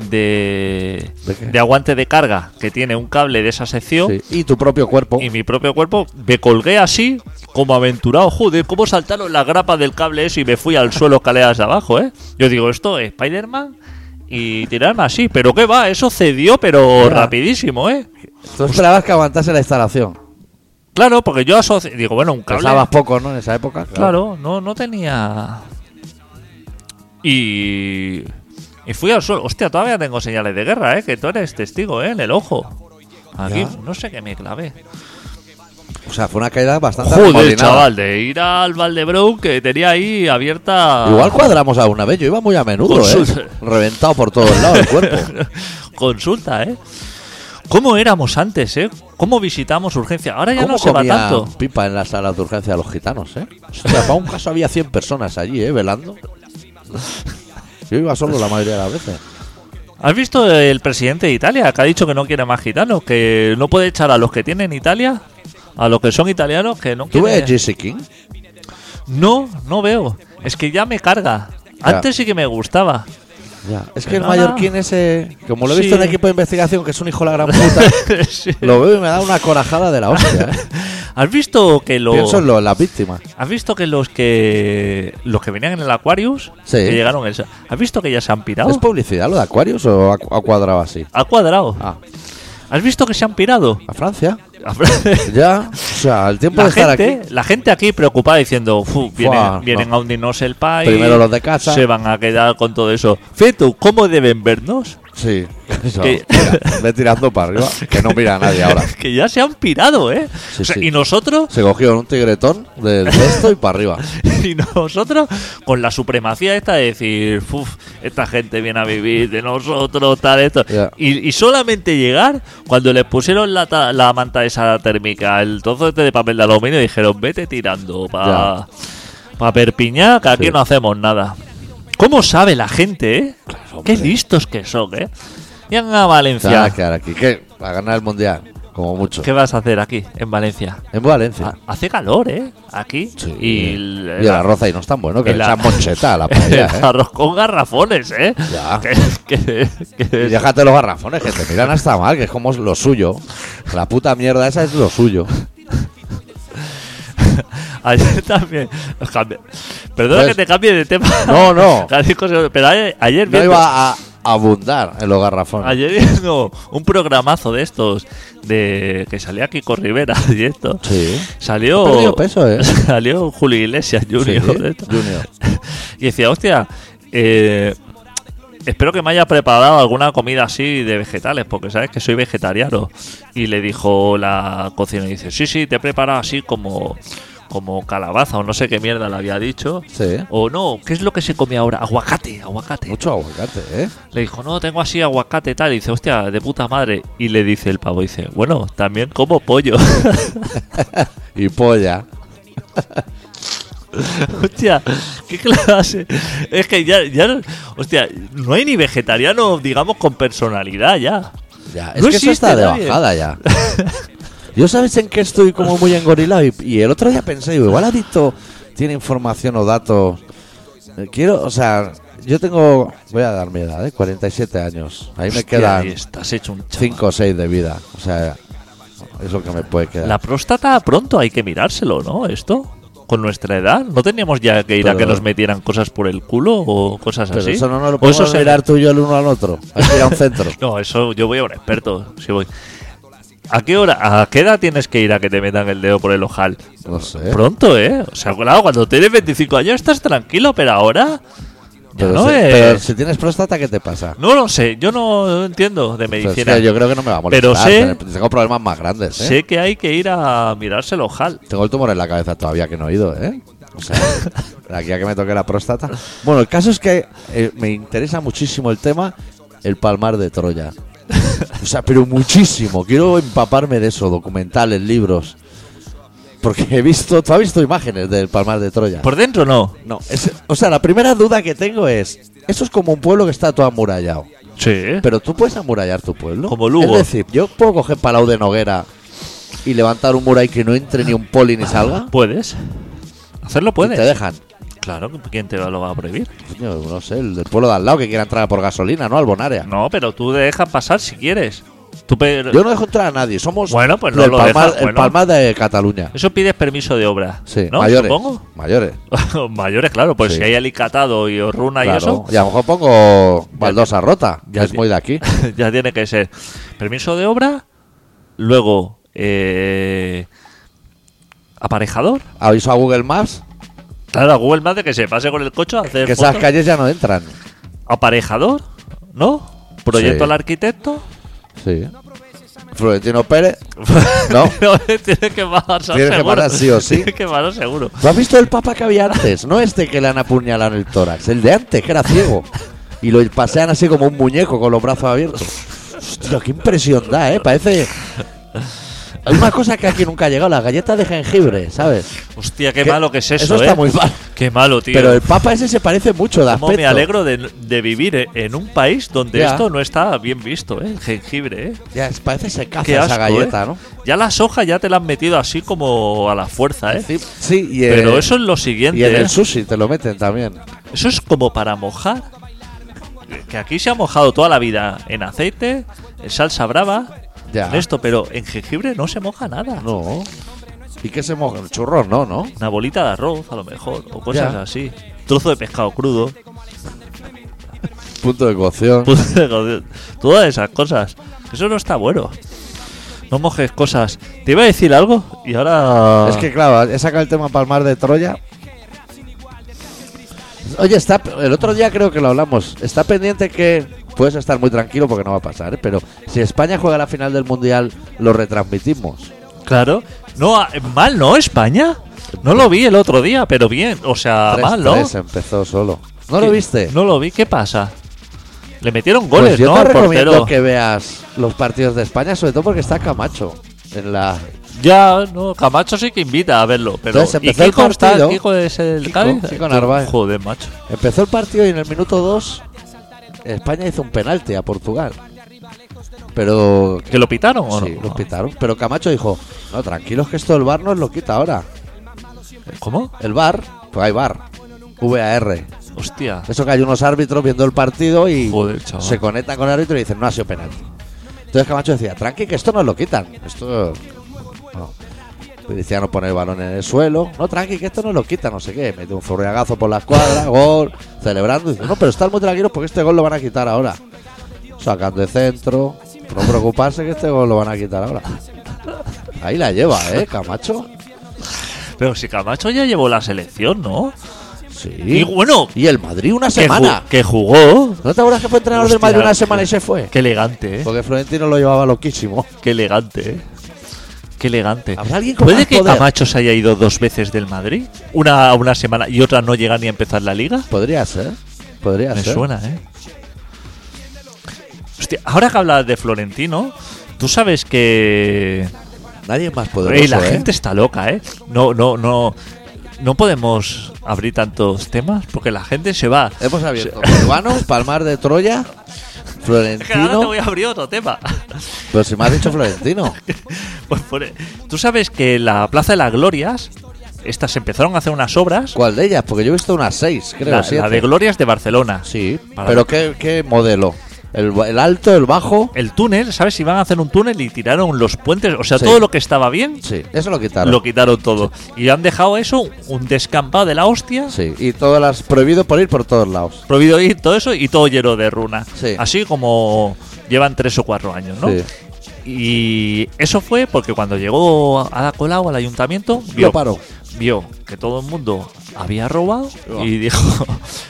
Speaker 2: De,
Speaker 1: ¿De qué?
Speaker 2: de aguante de carga que tiene un cable de esa
Speaker 1: Sí,
Speaker 2: sección
Speaker 1: Oh. Y tu propio cuerpo.
Speaker 2: y mi propio cuerpo me colgué así como aventurado joder cómo saltaron las grapas del cable eso y me fui al suelo escaleras abajo eh yo digo esto es Spider-Man y tirarme así pero qué va eso cedió pero
Speaker 1: Ya.
Speaker 2: rapidísimo eh
Speaker 1: Tú esperabas que aguantase la instalación.
Speaker 2: Claro, porque yo asocio. Digo, bueno, un cable.
Speaker 1: Pesabas poco, ¿no? En esa época.
Speaker 2: Claro, no, no tenía. Y. Y fui al suelo. Hostia, todavía tengo señales de guerra, ¿eh? Que tú eres testigo, ¿eh? En el ojo. Aquí,
Speaker 1: Ya.
Speaker 2: no sé qué me clavé.
Speaker 1: O sea, fue una caída bastante
Speaker 2: Joder,
Speaker 1: coordinada.
Speaker 2: chaval, de ir al Valdebron que tenía ahí abierta.
Speaker 1: Igual cuadramos a una vez. Yo iba muy a menudo,
Speaker 2: Consulta.
Speaker 1: ¿eh? Reventado por todos lados el cuerpo.
Speaker 2: Consulta, ¿eh? ¿Cómo éramos antes, eh? ¿Cómo visitamos urgencia? Ahora ya
Speaker 1: ¿Cómo
Speaker 2: no se va
Speaker 1: comían
Speaker 2: tanto.
Speaker 1: pipa en la sala de urgencia de los gitanos, eh? Hostia, para un caso había 100 personas allí, ¿eh? Velando. Yo iba solo la mayoría de las veces.
Speaker 2: ¿Has visto el presidente de Italia que ha dicho que no quiere más gitanos? Que no puede echar a los que tienen Italia, a los que son italianos, que no
Speaker 1: ¿Tú ves
Speaker 2: quiere.
Speaker 1: GC King?
Speaker 2: No, no veo. Es que ya me carga.
Speaker 1: Ya.
Speaker 2: Antes sí que me gustaba.
Speaker 1: Ya. Es que el
Speaker 2: Nada.
Speaker 1: mallorquín ese, como lo he visto
Speaker 2: Sí.
Speaker 1: en equipo de investigación, que es un hijo de la gran puta,
Speaker 2: Sí.
Speaker 1: lo veo y me da una corajada de la hostia, ¿eh?
Speaker 2: ¿Has visto que los
Speaker 1: Pienso en, lo- en las víctimas.
Speaker 2: ¿Has visto que los que los que venían en el Aquarius
Speaker 1: Sí.
Speaker 2: que llegaron el- ¿Has visto que ya se han pirado?
Speaker 1: ¿Es publicidad lo de Aquarius o ha, ha cuadrado así?
Speaker 2: Ha cuadrado.
Speaker 1: Ah,
Speaker 2: ¿Has visto que se han pirado?
Speaker 1: a Francia. Ya. O sea, el tiempo de
Speaker 2: La
Speaker 1: estar
Speaker 2: gente,
Speaker 1: aquí.
Speaker 2: la gente aquí preocupada diciendo, "Fu, vienen,
Speaker 1: Fua,
Speaker 2: vienen
Speaker 1: no.
Speaker 2: a hundirnos el país.
Speaker 1: Primero los de casa.
Speaker 2: Se van a quedar con todo eso. Fetu, ¿cómo deben vernos?
Speaker 1: Sí. Eso,
Speaker 2: Que-
Speaker 1: mira, ve tirando para arriba. Que no mira a nadie ahora.
Speaker 2: que ya se han pirado, ¿eh?
Speaker 1: Sí,
Speaker 2: O sea,
Speaker 1: sí.
Speaker 2: Y nosotros,
Speaker 1: Se cogió un tigretón del cesto y para arriba.
Speaker 2: y nosotros, con la supremacía esta de decir, "Fuf, esta gente viene a vivir de nosotros, tal, esto.
Speaker 1: Ya.
Speaker 2: Y, y solamente llegar cuando les pusieron la, ta- la manta esa térmica, el trozo este de papel de aluminio, dijeron, vete tirando para Perpiñá, que aquí
Speaker 1: Sí.
Speaker 2: no hacemos nada. ¿Cómo sabe la gente, eh?
Speaker 1: hombre.
Speaker 2: Qué listos que son, eh. Vengan a
Speaker 1: Se van
Speaker 2: Valencia.
Speaker 1: a quedar aquí. ¿Qué? A ganar el mundial. Como mucho.
Speaker 2: ¿Qué vas a hacer aquí, en Valencia?
Speaker 1: En Valencia.
Speaker 2: Ha- Hace calor, ¿eh? Aquí.
Speaker 1: Sí.
Speaker 2: Y
Speaker 1: el,
Speaker 2: el,
Speaker 1: arroz ahí no es tan bueno. Que
Speaker 2: el
Speaker 1: le
Speaker 2: a-
Speaker 1: echan moncheta a la
Speaker 2: el
Speaker 1: paella, ¿eh?
Speaker 2: arroz con garrafones, ¿eh?
Speaker 1: Ya.
Speaker 2: Que- que- que-
Speaker 1: Y déjate los garrafones, que te miran hasta mal, que es como lo suyo. La puta mierda esa es lo suyo.
Speaker 2: ayer también. Cambia- Perdona
Speaker 1: Pues-
Speaker 2: que te cambie de tema.
Speaker 1: No, no.
Speaker 2: Francisco, se- Pero ayer, ayer
Speaker 1: No
Speaker 2: viendo,
Speaker 1: iba a abundar en los garrafones.
Speaker 2: ayer viendo un programazo de estos de que salía Kiko Rivera y esto.
Speaker 1: Sí. Ha
Speaker 2: Salió.
Speaker 1: perdido peso, ¿eh?
Speaker 2: Salió Julio Iglesias Junior.
Speaker 1: Sí,
Speaker 2: de esto.
Speaker 1: Junior.
Speaker 2: Y decía, hostia, eh, espero que me haya preparado alguna comida así de vegetales, porque sabes que soy vegetariano. Y le dijo la cocina, dice, sí, sí, te he preparado así como, como calabaza o no sé qué mierda le había dicho.
Speaker 1: Sí.
Speaker 2: O no, ¿qué es lo que se come ahora? Aguacate, aguacate.
Speaker 1: Mucho aguacate, ¿eh?
Speaker 2: Le dijo, no, tengo así aguacate y tal. Y dice, hostia, de puta madre. Y le dice el pavo, dice, bueno, también como pollo.
Speaker 1: Y polla.
Speaker 2: hostia, ¿Qué clase? Es que ya, ya. Hostia, no hay ni vegetariano, digamos, con personalidad ya.
Speaker 1: Ya,
Speaker 2: No
Speaker 1: es que eso está
Speaker 2: existe
Speaker 1: de
Speaker 2: nadie.
Speaker 1: bajada ya. Yo sabes en qué estoy como muy engorilado y, y el otro día pensé, digo, igual Adicto tiene información o datos. Eh, Quiero, o sea, yo tengo, voy a dar mi edad, ¿eh? 47 años. Ahí me
Speaker 2: Hostia,
Speaker 1: quedan
Speaker 2: y Estás hecho un chaval.
Speaker 1: 5 o 6 de vida. O sea, es lo que me puede quedar.
Speaker 2: La próstata pronto hay que mirárselo, ¿no? Esto. Con nuestra edad, ¿no teníamos ya que ir a
Speaker 1: Pero-
Speaker 2: que nos metieran cosas por el culo o cosas
Speaker 1: Pero
Speaker 2: así?
Speaker 1: eso no nos lo
Speaker 2: ¿O eso
Speaker 1: podemos
Speaker 2: se-
Speaker 1: mirar tú y yo el uno al otro. Hay que ir a un centro.
Speaker 2: No, eso yo voy a un experto, si voy. ¿A qué hora, a qué edad tienes que ir a que te metan el dedo por el ojal?
Speaker 1: No sé.
Speaker 2: Pronto, ¿eh? O sea, claro, cuando tienes 25 años estás tranquilo, pero ahora ya
Speaker 1: Pero,
Speaker 2: no
Speaker 1: si,
Speaker 2: es.
Speaker 1: pero si tienes próstata, ¿qué te pasa?
Speaker 2: No lo sé, yo no, no entiendo de
Speaker 1: Pues es que
Speaker 2: medicina.
Speaker 1: yo creo que no me va a molestar.
Speaker 2: Pero sé-
Speaker 1: Tener- Tengo problemas más grandes, ¿eh?
Speaker 2: Sé que hay que ir a mirarse el ojal.
Speaker 1: Tengo el tumor en la cabeza todavía que no he ido, ¿eh? O sea, de aquí a que me toque la próstata. Bueno, el caso es que eh, me interesa muchísimo el tema el palmar de Troya. O sea, pero muchísimo. Quiero empaparme de eso, documentales, libros. Porque he visto, tú has visto imágenes del palmar de Troya.
Speaker 2: Por dentro no.
Speaker 1: No, es- o sea, la primera duda que tengo es, eso es como un pueblo que está todo amurallado.
Speaker 2: Sí.
Speaker 1: Pero tú puedes amurallar tu pueblo.
Speaker 2: Como Lugo.
Speaker 1: Es decir, yo puedo coger palau de Noguera y levantar un muro ahí que no entre ni un poli ni salga.
Speaker 2: ¿Puedes? Hacerlo
Speaker 1: Y
Speaker 2: puedes.
Speaker 1: te dejan.
Speaker 2: Claro, ¿quién te lo va a prohibir?
Speaker 1: Coño, no sé, el del pueblo de al lado que quiera entrar por gasolina, ¿no? Al Bonaria.
Speaker 2: No, pero tú dejas pasar si quieres. Tú pe-
Speaker 1: Yo no dejo entrar a nadie, somos
Speaker 2: Bueno, pues no
Speaker 1: del
Speaker 2: lo
Speaker 1: Palmar-
Speaker 2: dejas,
Speaker 1: el
Speaker 2: bueno.
Speaker 1: Palmar de Cataluña.
Speaker 2: Eso pides permiso de obra.
Speaker 1: Sí,
Speaker 2: ¿no?
Speaker 1: mayores.
Speaker 2: Supongo.
Speaker 1: Mayores.
Speaker 2: mayores, claro, pues
Speaker 1: Sí.
Speaker 2: si hay alicatado y runa y
Speaker 1: claro.
Speaker 2: eso,
Speaker 1: Y a lo mejor pongo baldosa rota,
Speaker 2: ya
Speaker 1: que es
Speaker 2: ti-
Speaker 1: muy de aquí.
Speaker 2: ya tiene que ser permiso de obra, luego eh, aparejador.
Speaker 1: Aviso a Google Maps
Speaker 2: Claro, a Google Maps de que se pase con el coche a hacer
Speaker 1: que esas
Speaker 2: fotos.
Speaker 1: calles ya no entran.
Speaker 2: aparejador, ¿no? Proyecto
Speaker 1: Sí.
Speaker 2: al arquitecto.
Speaker 1: Sí. Florentino Pérez. No.
Speaker 2: tiene que parar
Speaker 1: Tiene que
Speaker 2: seguro.
Speaker 1: parar sí o sí.
Speaker 2: Tiene que parar seguro.
Speaker 1: ¿Tú has visto el papa que había antes? No este que le han apuñalado en el tórax, el de antes, que era ciego. Y lo pasean así como un muñeco con los brazos abiertos. Hostia, qué impresión da, ¿eh? Parece... Hay una cosa que aquí nunca ha llegado, las galletas de jengibre, ¿sabes?
Speaker 2: Hostia, qué,
Speaker 1: Que-
Speaker 2: malo que es eso,
Speaker 1: eso está
Speaker 2: ¿eh?
Speaker 1: muy mal.
Speaker 2: Qué malo, tío.
Speaker 1: Pero el papa ese se parece mucho de
Speaker 2: Cómo
Speaker 1: aspecto.
Speaker 2: me alegro de, de vivir eh, en un país donde
Speaker 1: Ya.
Speaker 2: esto no está bien visto, ¿eh? El jengibre, ¿eh?
Speaker 1: Ya, es- parece se caza
Speaker 2: Qué
Speaker 1: esa
Speaker 2: asco,
Speaker 1: galleta,
Speaker 2: ¿eh?
Speaker 1: ¿no?
Speaker 2: Ya las hojas ya te las han metido así como a la fuerza, ¿eh?
Speaker 1: Sí, sí, y, en-
Speaker 2: Pero eso es lo
Speaker 1: y
Speaker 2: siguiente,
Speaker 1: en
Speaker 2: ¿eh?
Speaker 1: el sushi te lo meten también.
Speaker 2: Eso es como para mojar. Que aquí se ha mojado toda la vida en aceite, en salsa brava,
Speaker 1: Ya.
Speaker 2: en esto, pero en jengibre no se moja nada.
Speaker 1: No. ¿Y qué se moja? El churro no, ¿no?
Speaker 2: Una bolita de arroz, a lo mejor, o cosas
Speaker 1: Ya.
Speaker 2: así. Trozo de pescado crudo,
Speaker 1: Punto de cocción.
Speaker 2: todas esas cosas. Eso no está bueno. No mojes cosas. Te iba a decir algo y ahora.
Speaker 1: Es que claro, he sacado el tema Palmar de Troya. Oye, está el otro día creo que lo hablamos. Está pendiente que puedes estar muy tranquilo porque no va a pasar, ¿eh? pero si España juega la final del mundial lo retransmitimos.
Speaker 2: Claro. No, a- mal, ¿no? España. No lo vi el otro día, pero bien. O sea, mal, ¿no?
Speaker 1: 3-3 empezó solo. ¿No lo
Speaker 2: ¿Qué-
Speaker 1: viste?
Speaker 2: No lo vi. ¿Qué pasa? Le metieron
Speaker 1: Pues
Speaker 2: goles,
Speaker 1: yo
Speaker 2: ¿no?
Speaker 1: te
Speaker 2: al
Speaker 1: recomiendo
Speaker 2: portero.
Speaker 1: que veas los partidos de España, sobre todo porque está Camacho en la
Speaker 2: Ya, no. Camacho sí que invita a verlo. Pero
Speaker 1: Entonces
Speaker 2: ¿Y
Speaker 1: empezó el
Speaker 2: Kiko está?
Speaker 1: partido.
Speaker 2: ¿Kiko es el
Speaker 1: Kiko,
Speaker 2: Cádiz?
Speaker 1: Kiko Narváez.
Speaker 2: Joder, macho.
Speaker 1: Empezó el partido y en el minuto 2 España hizo un penalti a Portugal. Pero
Speaker 2: ¿Que lo pitaron o
Speaker 1: Sí,
Speaker 2: no?
Speaker 1: los pitaron. Pero Camacho dijo, no, tranquilos que esto el bar nos lo quita ahora.
Speaker 2: ¿Cómo?
Speaker 1: El bar, pues hay bar. VAR.
Speaker 2: Hostia.
Speaker 1: Eso que hay unos árbitros viendo el partido y
Speaker 2: Joder, chaval.
Speaker 1: se conectan con el árbitro y dicen, no ha sido penalti. Entonces Camacho decía, tranqui que esto nos lo quitan. Esto... No. Y Decía no poner el balón en el suelo. No, tranqui, que esto nos lo quitan, no sé qué. Mete un furriagazo por la escuadra, gol, celebrando. Dice, no, pero estar muy tranquilos porque este gol lo van a quitar ahora. Sacan de centro. No preocuparse que este gol lo van a quitar ahora. Ahí la lleva, ¿eh, Camacho?
Speaker 2: Pero si Camacho ya llevó la selección, ¿no?
Speaker 1: Sí.
Speaker 2: Y bueno,
Speaker 1: Y el Madrid una
Speaker 2: que, ju-
Speaker 1: semana.
Speaker 2: que jugó.
Speaker 1: ¿No te acuerdas que fue entrenador del
Speaker 2: Hostia.
Speaker 1: Madrid una semana y se fue?
Speaker 2: Qué elegante, ¿eh?
Speaker 1: Porque Florentino lo llevaba loquísimo.
Speaker 2: Qué elegante, ¿eh? Qué elegante.
Speaker 1: ¿Habrá alguien con
Speaker 2: ¿Puede
Speaker 1: más
Speaker 2: que
Speaker 1: poder?
Speaker 2: Camacho se haya ido dos veces del Madrid? Una a una semana y otra no llega ni a empezar la liga.
Speaker 1: Podría ser. Podría
Speaker 2: Me
Speaker 1: ser.
Speaker 2: suena, ¿eh? Hostia, ahora que hablas de Florentino, tú sabes que.
Speaker 1: Nadie es más
Speaker 2: Ey,
Speaker 1: poderoso.
Speaker 2: la
Speaker 1: ¿eh?
Speaker 2: gente está loca, ¿eh? No, no, no. no podemos abrir tantos temas porque la gente se va.
Speaker 1: Hemos abierto Urbano, Palmar de Troya,
Speaker 2: Es que ahora te
Speaker 1: Florentino.
Speaker 2: voy a abrir otro tema.
Speaker 1: Pero si me has dicho Florentino.
Speaker 2: Pues por- Tú sabes que la Plaza de las Glorias, estas empezaron a hacer unas obras.
Speaker 1: ¿Cuál de ellas? Porque yo he visto unas seis, creo.
Speaker 2: La, la
Speaker 1: siete.
Speaker 2: de Glorias de Barcelona.
Speaker 1: Sí,
Speaker 2: Para-
Speaker 1: pero ¿qué, qué modelo? ¿El, el alto, el bajo?
Speaker 2: El túnel, ¿sabes? Iban a hacer un túnel y tiraron los puentes. O sea,
Speaker 1: Sí.
Speaker 2: todo lo que estaba bien
Speaker 1: Sí, eso lo quitaron.
Speaker 2: lo quitaron todo. Y han dejado eso un descampado de la hostia.
Speaker 1: Sí, y todas las prohibido por ir por todos lados.
Speaker 2: prohibido ir, todo eso, y todo lleno de runas.
Speaker 1: Sí.
Speaker 2: Así como llevan tres o cuatro años, ¿no?
Speaker 1: Sí.
Speaker 2: Y eso fue porque cuando llegó a a Colau al ayuntamiento, vio,
Speaker 1: paró.
Speaker 2: vio que todo el mundo había robado
Speaker 1: Buah.
Speaker 2: y dijo,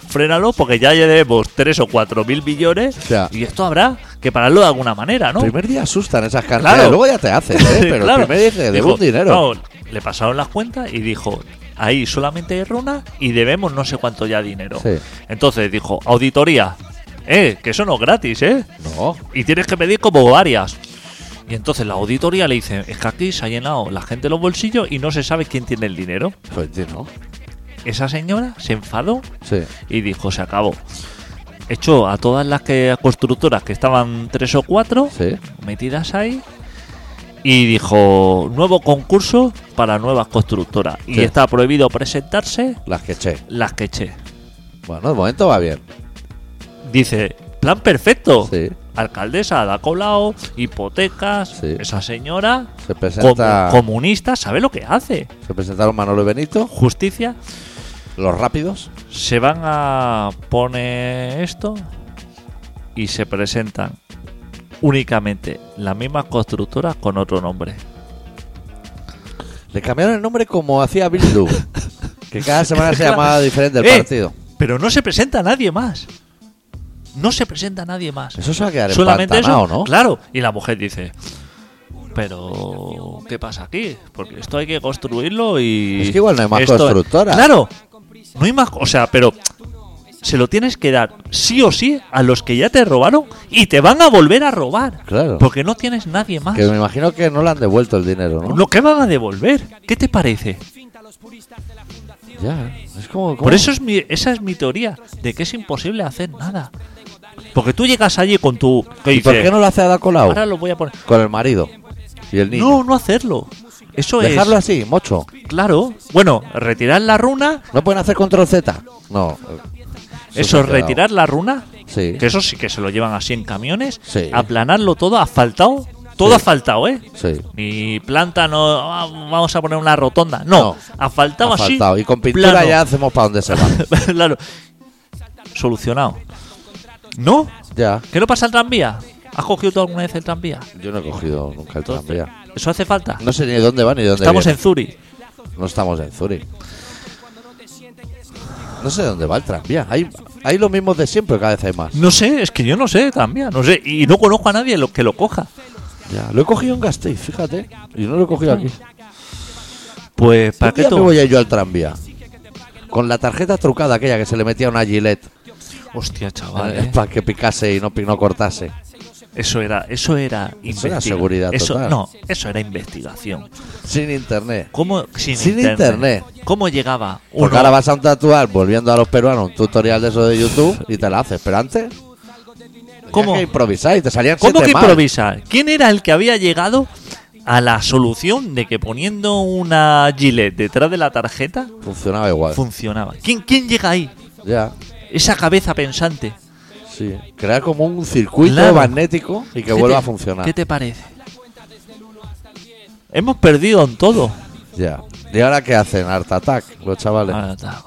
Speaker 2: frénalo porque ya llevemos tres o cuatro mil millones
Speaker 1: Ya.
Speaker 2: y esto habrá que pararlo de alguna manera, ¿no?
Speaker 1: El primer día asustan esas cantidades,
Speaker 2: Claro.
Speaker 1: luego ya te haces, ¿eh? pero
Speaker 2: Claro.
Speaker 1: el primer día dices, debo
Speaker 2: Dijo,
Speaker 1: un dinero.
Speaker 2: no, le pasaron las cuentas y dijo, ahí solamente hay runas y debemos no sé cuánto ya dinero.
Speaker 1: Sí.
Speaker 2: Entonces dijo, auditoría, eh, que eso no es gratis, eh.
Speaker 1: No,
Speaker 2: Y tienes que pedir como varias. Y entonces la auditoría le dice, es que aquí se ha llenado la gente los bolsillos y no se sabe quién tiene el dinero.
Speaker 1: Florentino.
Speaker 2: Esa señora se enfadó
Speaker 1: Sí,
Speaker 2: y dijo, se acabó. Echó a todas las que, constructoras que estaban tres o cuatro
Speaker 1: sí.
Speaker 2: metidas ahí y dijo nuevo concurso para nuevas constructoras y
Speaker 1: Sí.
Speaker 2: está prohibido presentarse
Speaker 1: Las que eché.
Speaker 2: las que eché.
Speaker 1: Bueno, de momento va bien.
Speaker 2: Dice, plan perfecto.
Speaker 1: Sí.
Speaker 2: Alcaldesa da colao, hipotecas,
Speaker 1: Sí.
Speaker 2: esa señora
Speaker 1: Se presenta.
Speaker 2: comu- comunista, sabe lo que hace.
Speaker 1: Se presentaron Manolo y Benito,
Speaker 2: Justicia,
Speaker 1: los rápidos.
Speaker 2: se van a poner esto y se presentan únicamente las mismas constructoras con otro nombre.
Speaker 1: Le cambiaron el nombre como hacía Bildu. que cada semana se llamaba diferente el
Speaker 2: Eh,
Speaker 1: partido.
Speaker 2: Pero no se presenta nadie más. No se presenta nadie más.
Speaker 1: Eso se va a quedar
Speaker 2: Solamente eso,
Speaker 1: empantanado, ¿no?
Speaker 2: claro. Y la mujer dice, pero ¿qué pasa aquí? Porque esto hay que construirlo y
Speaker 1: Es que igual no hay más
Speaker 2: esto-
Speaker 1: constructoras.
Speaker 2: Claro, no hay más, o sea, pero se lo tienes que dar sí o sí a los que ya te robaron y te van a volver a robar.
Speaker 1: Claro.
Speaker 2: Porque no tienes nadie más.
Speaker 1: Que me imagino que no le han devuelto el dinero, ¿no?
Speaker 2: Lo que van a devolver, ¿qué te parece?
Speaker 1: Ya, es como. como-
Speaker 2: Por eso es mi, esa es mi teoría, de que es imposible hacer nada. Porque tú llegas allí con tu... ¿qué
Speaker 1: ¿Y por
Speaker 2: dices?
Speaker 1: qué no lo hace Ada Colau?
Speaker 2: Ahora lo voy a poner...
Speaker 1: Con el marido y el niño.
Speaker 2: No, no hacerlo. Eso
Speaker 1: Dejarlo así, mocho.
Speaker 2: es... Claro. Bueno, retirar la runa.
Speaker 1: No pueden hacer control Z. No. eh, se
Speaker 2: Eso,
Speaker 1: ha quedado.
Speaker 2: es retirar la runa.
Speaker 1: Sí.
Speaker 2: Que eso sí que se lo llevan así en camiones.
Speaker 1: Sí.
Speaker 2: Aplanarlo todo, asfaltado. Todo
Speaker 1: Sí.
Speaker 2: asfaltado, ¿eh?
Speaker 1: Sí.
Speaker 2: Ni planta, no... ah, Vamos a poner una rotonda. No,
Speaker 1: No.
Speaker 2: asfaltado,
Speaker 1: Asfaltado.
Speaker 2: así.
Speaker 1: Y con pintura
Speaker 2: plano.
Speaker 1: ya hacemos para donde se va.
Speaker 2: claro. Solucionado. ¿No?
Speaker 1: ya.
Speaker 2: ¿Qué no pasa el tranvía? ¿Has cogido tú alguna vez el tranvía?
Speaker 1: Yo no he cogido nunca el
Speaker 2: Entonces,
Speaker 1: tranvía.
Speaker 2: ¿Eso hace falta?
Speaker 1: No sé ni dónde va ni dónde
Speaker 2: Estamos
Speaker 1: viene.
Speaker 2: en Zurich.
Speaker 1: No estamos en Zurich. No sé dónde va el tranvía. Hay, hay los mismos de siempre, cada vez hay más.
Speaker 2: No sé, es que yo no sé tranvía, no sé. Y no conozco a nadie lo que lo coja.
Speaker 1: Ya. Lo he cogido en Gasteiz, fíjate. Y no lo he cogido aquí.
Speaker 2: Pues,
Speaker 1: ¿Para
Speaker 2: ¿para qué
Speaker 1: qué me
Speaker 2: todo?
Speaker 1: voy a ir yo al tranvía? Con la tarjeta trucada aquella que se le metía una gilet
Speaker 2: Hostia, chaval. ¿eh?
Speaker 1: para que picase y no, pi- no cortase.
Speaker 2: Eso era, eso era
Speaker 1: Eso era
Speaker 2: investiga-
Speaker 1: seguridad
Speaker 2: eso-
Speaker 1: total.
Speaker 2: No, eso era investigación.
Speaker 1: Sin internet.
Speaker 2: ¿Cómo sin,
Speaker 1: Sin
Speaker 2: internet,
Speaker 1: internet.
Speaker 2: ¿Cómo llegaba
Speaker 1: Porque
Speaker 2: uno?
Speaker 1: ahora vas a un tatuar, volviendo a los peruanos, un tutorial de eso de YouTube y te la haces. Pero antes, tenías
Speaker 2: ¿Cómo?
Speaker 1: que improvisar y te salían
Speaker 2: ¿Cómo
Speaker 1: siete
Speaker 2: que
Speaker 1: mal.
Speaker 2: improvisa? ¿Quién era el que había llegado a la solución de que poniendo una gilet detrás de la tarjeta
Speaker 1: Funcionaba igual.
Speaker 2: funcionaba? ¿Quién, quién llega ahí?
Speaker 1: ya,
Speaker 2: Esa cabeza pensante.
Speaker 1: sí. Crear como un circuito
Speaker 2: Claro.
Speaker 1: magnético y que
Speaker 2: ¿Qué
Speaker 1: vuelva a
Speaker 2: te-
Speaker 1: funcionar.
Speaker 2: ¿Qué te parece? Hemos perdido en todo.
Speaker 1: Ya. ¿Y ahora qué hacen? Art Attack, los chavales.
Speaker 2: Ahora está.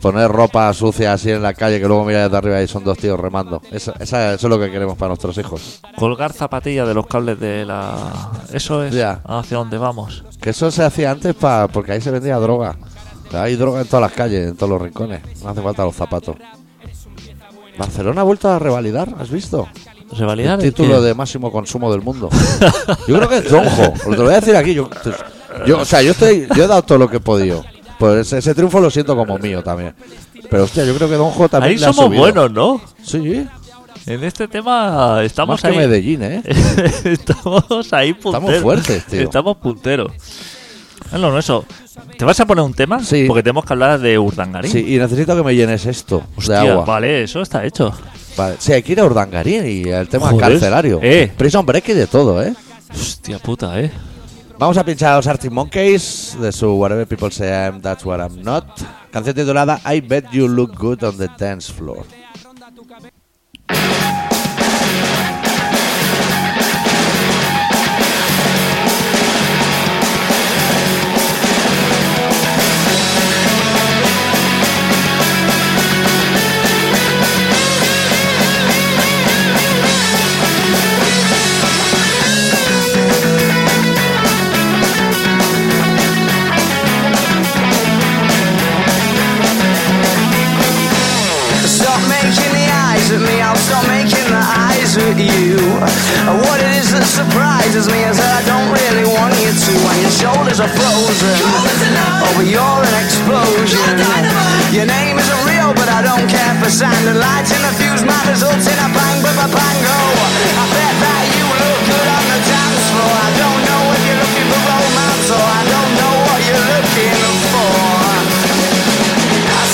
Speaker 1: Poner ropa sucia así en la calle que luego mira desde arriba y son dos tíos remando. Eso, esa- eso es lo que queremos para nuestros hijos.
Speaker 2: Colgar zapatillas de los cables de la. Eso es
Speaker 1: Ya.
Speaker 2: hacia dónde vamos.
Speaker 1: Que eso se hacía antes pa, porque ahí se vendía droga. Hay droga en todas las calles, en todos los rincones. No hace falta los zapatos. Barcelona ha vuelto a revalidar, ¿has visto?
Speaker 2: Revalidar.
Speaker 1: el título de máximo consumo del mundo. yo creo que es tronjo. Te lo voy a decir aquí. Yo, yo, o sea, yo, estoy, yo he dado todo lo que he podido. Pues ese, ese triunfo lo siento como mío también. Pero hostia, yo creo que Donjo también
Speaker 2: Ahí
Speaker 1: le ha
Speaker 2: somos
Speaker 1: subido.
Speaker 2: buenos, ¿no?
Speaker 1: Sí,
Speaker 2: En este tema estamos
Speaker 1: más que
Speaker 2: ahí.
Speaker 1: Medellín, ¿eh?
Speaker 2: estamos ahí punteros.
Speaker 1: fuertes, tío.
Speaker 2: Estamos punteros. Es lo nuestro. ¿Te vas a poner un tema?
Speaker 1: Sí.
Speaker 2: Porque tenemos que hablar de Urdangarín.
Speaker 1: Sí, y necesito que me llenes esto
Speaker 2: Hostia,
Speaker 1: de agua.
Speaker 2: Vale, eso está hecho.
Speaker 1: Vale. Sí, hay que ir a Urdangarín y el tema
Speaker 2: Joder.
Speaker 1: carcelario.
Speaker 2: Eh.
Speaker 1: Prison Break y de todo, ¿eh?
Speaker 2: Hostia puta, eh.
Speaker 1: Vamos a pinchar a los Arctic Monkeys de su Whatever People Say I'm, That's What I'm Not. Canción titulada I Bet You Look Good on the Dance Floor.
Speaker 3: Stop making the eyes at me, I'll stop making the eyes at you. What it is that surprises me is that I don't really want you to. And your shoulders are frozen over your an explosion. Your name isn't real, but I don't care for sound and light. And the fuse might result in a bang, but a bang, oh. I bet that you look good on the dance floor. I don't know if you're looking for romance or I don't know what you're looking for. I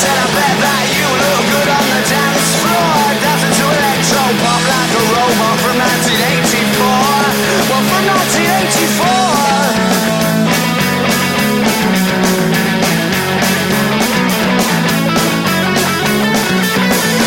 Speaker 3: said I bet that you look good on the dance floor Dancing to electro pop like a robot from 1984 Well, from 1984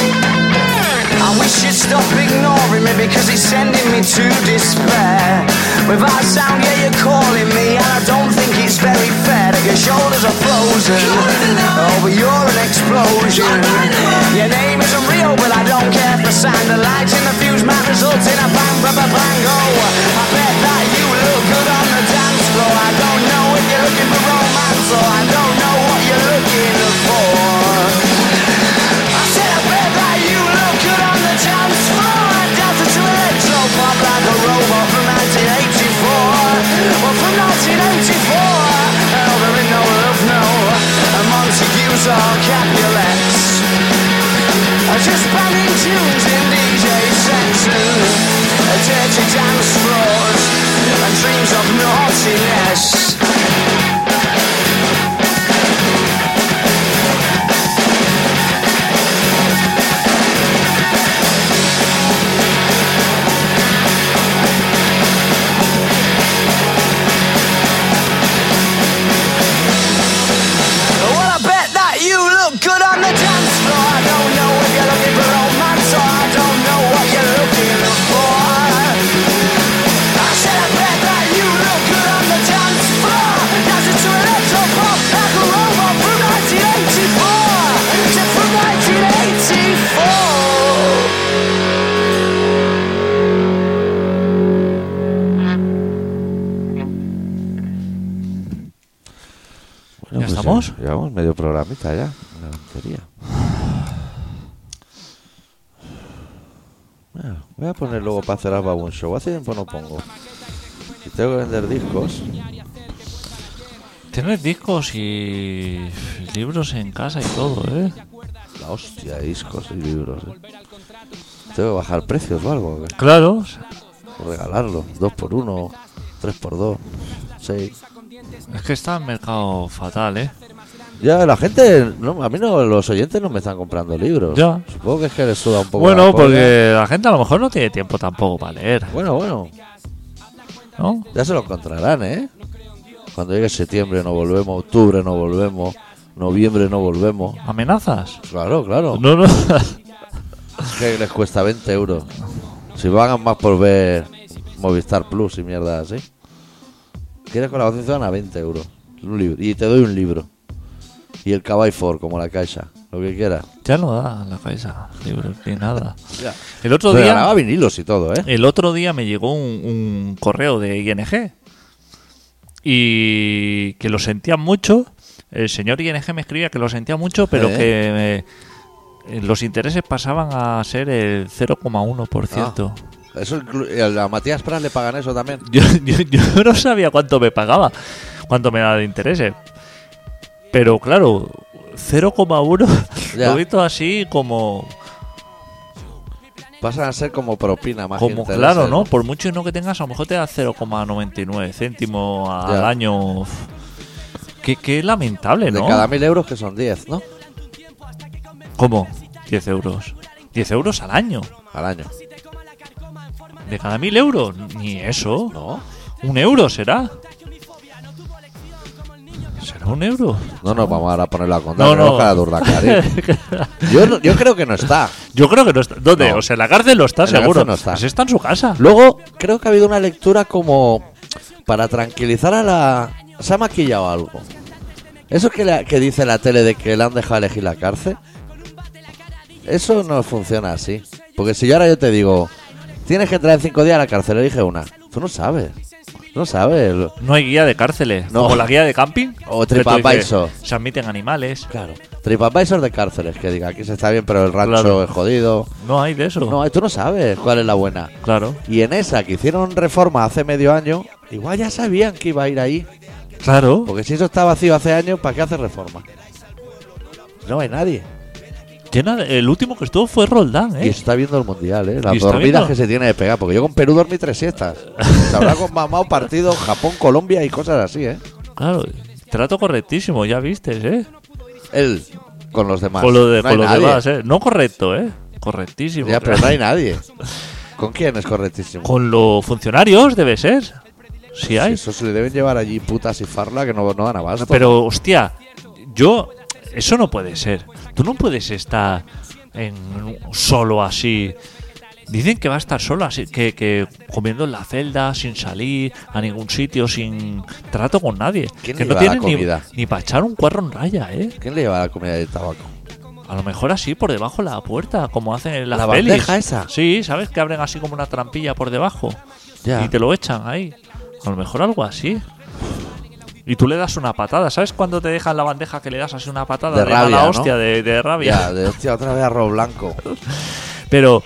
Speaker 3: I wish you'd stop ignoring me because it's sending me to despair. Without sound, yeah, you're calling me, and I don't think it's very fair that your shoulders are frozen. Oh, but you're an explosion. Your name isn't real, but I don't care for sound. The light in the fuse might result in a bang, ba ba bang, oh. I bet that you look good on the dance floor. I don't know if you're looking for romance, or I don't know what you're looking for. I said I bet that you look good on the dance floor. I danced to electro pop like a robot from 1984. Well, from 1984. Hell, there ain't no love, no. Montagues or Capulets. Just banging tunes in DJ sets and dirty dance floors and dreams of naughtiness. Well, I bet that you look good on the dance floor. I don't know if you're looking for romance or I don't know what you're looking for. I said I bet that you look good on the dance floor. Dancing to electro pop like a robot from 1984. Except from 1984.
Speaker 1: Bueno,
Speaker 2: ¿Ya estamos?
Speaker 1: llevamos medio programita ya. Una tontería. Bueno, voy a poner luego para hacer Alba un show. Hace tiempo no pongo. Y tengo que vender discos.
Speaker 2: Tienes discos y libros en casa y todo, eh.
Speaker 1: La hostia, de discos y libros. eh. Tengo que bajar precios o algo. ¿o qué?
Speaker 2: Claro.
Speaker 1: O regalarlo. Dos por uno, tres por dos, seis.
Speaker 2: Es que está el mercado fatal, eh.
Speaker 1: Ya, la gente, no, a mí no, los oyentes no me están comprando libros.
Speaker 2: Ya.
Speaker 1: Supongo que es que les suda un Pues, poco. la
Speaker 2: Bueno,
Speaker 1: polla.
Speaker 2: porque la gente a lo mejor no tiene tiempo tampoco para leer,
Speaker 1: Bueno, bueno,
Speaker 2: ¿no?
Speaker 1: ya se lo encontrarán, ¿eh? Cuando llegue septiembre no volvemos, octubre no volvemos, noviembre no volvemos.
Speaker 2: ¿Amenazas?
Speaker 1: Claro, claro.
Speaker 2: No, no.
Speaker 1: Que les cuesta 20 euros. Si pagan más por ver Movistar Plus y mierda así. Quieres colaboración ciudadana 20 euros. Un libro. Y te doy un libro. Y el Cabay Ford, como la caixa. Lo que quieras.
Speaker 2: ya no da la cabeza libros ni nada.
Speaker 1: Ya.
Speaker 2: El otro día...
Speaker 1: Regalaba vinilos y todo, ¿eh?
Speaker 2: El otro día me llegó un, un correo de ING y que lo sentía mucho. El señor ING me escribía que lo sentía mucho, pero
Speaker 1: Eh.
Speaker 2: que eh, los intereses pasaban a ser el 0,1%.
Speaker 1: Eso inclu- y a Matías Pras le pagan eso también.
Speaker 2: Yo, yo- yo no sabía cuánto me pagaba, cuánto me daba de intereses. Pero claro, 0,1
Speaker 1: Ya.
Speaker 2: lo he visto así como,
Speaker 1: Pasan a ser como propina más que
Speaker 2: Como
Speaker 1: intereses,
Speaker 2: claro, ¿no? Por mucho y no que tengas, a lo mejor te da 0,99 céntimos al
Speaker 1: Ya.
Speaker 2: año. Uf. Qué, qué lamentable,
Speaker 1: De
Speaker 2: ¿no?
Speaker 1: cada mil euros que son 10, ¿no?
Speaker 2: ¿Cómo? 10 euros. 10 euros al año.
Speaker 1: Al año.
Speaker 2: De cada mil euros. Ni eso.
Speaker 1: No.
Speaker 2: ¿Un euro será? ¿Será un euro?
Speaker 1: No nos vamos ahora a ponerlo a contar.
Speaker 2: No,
Speaker 1: tenemos
Speaker 2: no.
Speaker 1: cara de Urdangarín. yo, no- yo creo que no está.
Speaker 2: Yo creo que no está. ¿Dónde?
Speaker 1: No.
Speaker 2: O sea, en la cárcel no está,
Speaker 1: En la
Speaker 2: seguro.
Speaker 1: cárcel no está.
Speaker 2: Pues está en su casa.
Speaker 1: Luego, creo que ha habido una lectura como para tranquilizar a la. Se ha maquillado algo. Eso que, la- que dice la tele de que le han dejado elegir la cárcel. Eso no funciona así. Porque si yo ahora yo te digo, tienes que entrar en cinco días a la cárcel, elige una. Tú no sabes. No sabes. lo-
Speaker 2: No hay guía de cárceles.
Speaker 1: No.
Speaker 2: Como la guía de camping.
Speaker 1: O
Speaker 2: que tú
Speaker 1: TripAdvisor.
Speaker 2: dices, Se admiten animales.
Speaker 1: Claro. TripAdvisor de cárceles, que diga, aquí se está bien, pero el rancho
Speaker 2: Claro.
Speaker 1: es jodido.
Speaker 2: No hay de eso.
Speaker 1: No, tú no sabes cuál es la buena.
Speaker 2: Claro.
Speaker 1: Y en esa que hicieron reforma hace medio año, igual ya sabían que iba a ir ahí.
Speaker 2: Claro.
Speaker 1: Porque si eso está vacío hace años, ¿para qué hace reforma? No hay nadie.
Speaker 2: Llena de- el último que estuvo fue Roldán,
Speaker 1: Y
Speaker 2: ¿eh?
Speaker 1: está viendo el mundial, ¿eh? Las
Speaker 2: ¿Y está
Speaker 1: dormidas
Speaker 2: viendo?
Speaker 1: que se tiene de pegar. Porque yo con Perú dormí tres siestas. Se habrá con mamado partido Japón, Colombia y cosas así, ¿eh?
Speaker 2: Claro. Trato correctísimo, ya viste, ¿eh?
Speaker 1: Él con los demás.
Speaker 2: Con lo de,
Speaker 1: no
Speaker 2: con
Speaker 1: hay
Speaker 2: lo
Speaker 1: nadie.
Speaker 2: demás, ¿eh? No correcto, ¿eh? Correctísimo.
Speaker 1: Ya, pero no hay nadie. ¿Con quién es correctísimo?
Speaker 2: Con los funcionarios debe ser. Si hay.
Speaker 1: Eso se le deben llevar allí putas y farla que no, no dan abasto.
Speaker 2: Pero, hostia, yo. Eso no puede ser. Tú no puedes estar en solo así. Dicen que va a estar solo así, que, que comiendo en la celda, sin salir a ningún sitio, sin trato con nadie.
Speaker 1: ¿Quién
Speaker 2: que
Speaker 1: le
Speaker 2: no
Speaker 1: va a dar
Speaker 2: tiene ni,
Speaker 1: comida?
Speaker 2: ni para echar un cuarro en raya, ¿eh?
Speaker 1: ¿Quién le lleva la comida de tabaco?
Speaker 2: A lo mejor así, por debajo de la puerta, como hacen en las
Speaker 1: La
Speaker 2: pelis.
Speaker 1: bandeja esa.
Speaker 2: Sí, ¿sabes? Que abren así como una trampilla por debajo.
Speaker 1: Ya.
Speaker 2: Y te lo echan ahí. A lo mejor algo así. Y tú le das una patada. ¿Sabes cuando te dejan la bandeja que le das así una patada?
Speaker 1: De
Speaker 2: Le da
Speaker 1: rabia,
Speaker 2: la
Speaker 1: ¿no?
Speaker 2: hostia, de, de rabia.
Speaker 1: Ya, de hostia, otra vez arroz blanco.
Speaker 2: Pero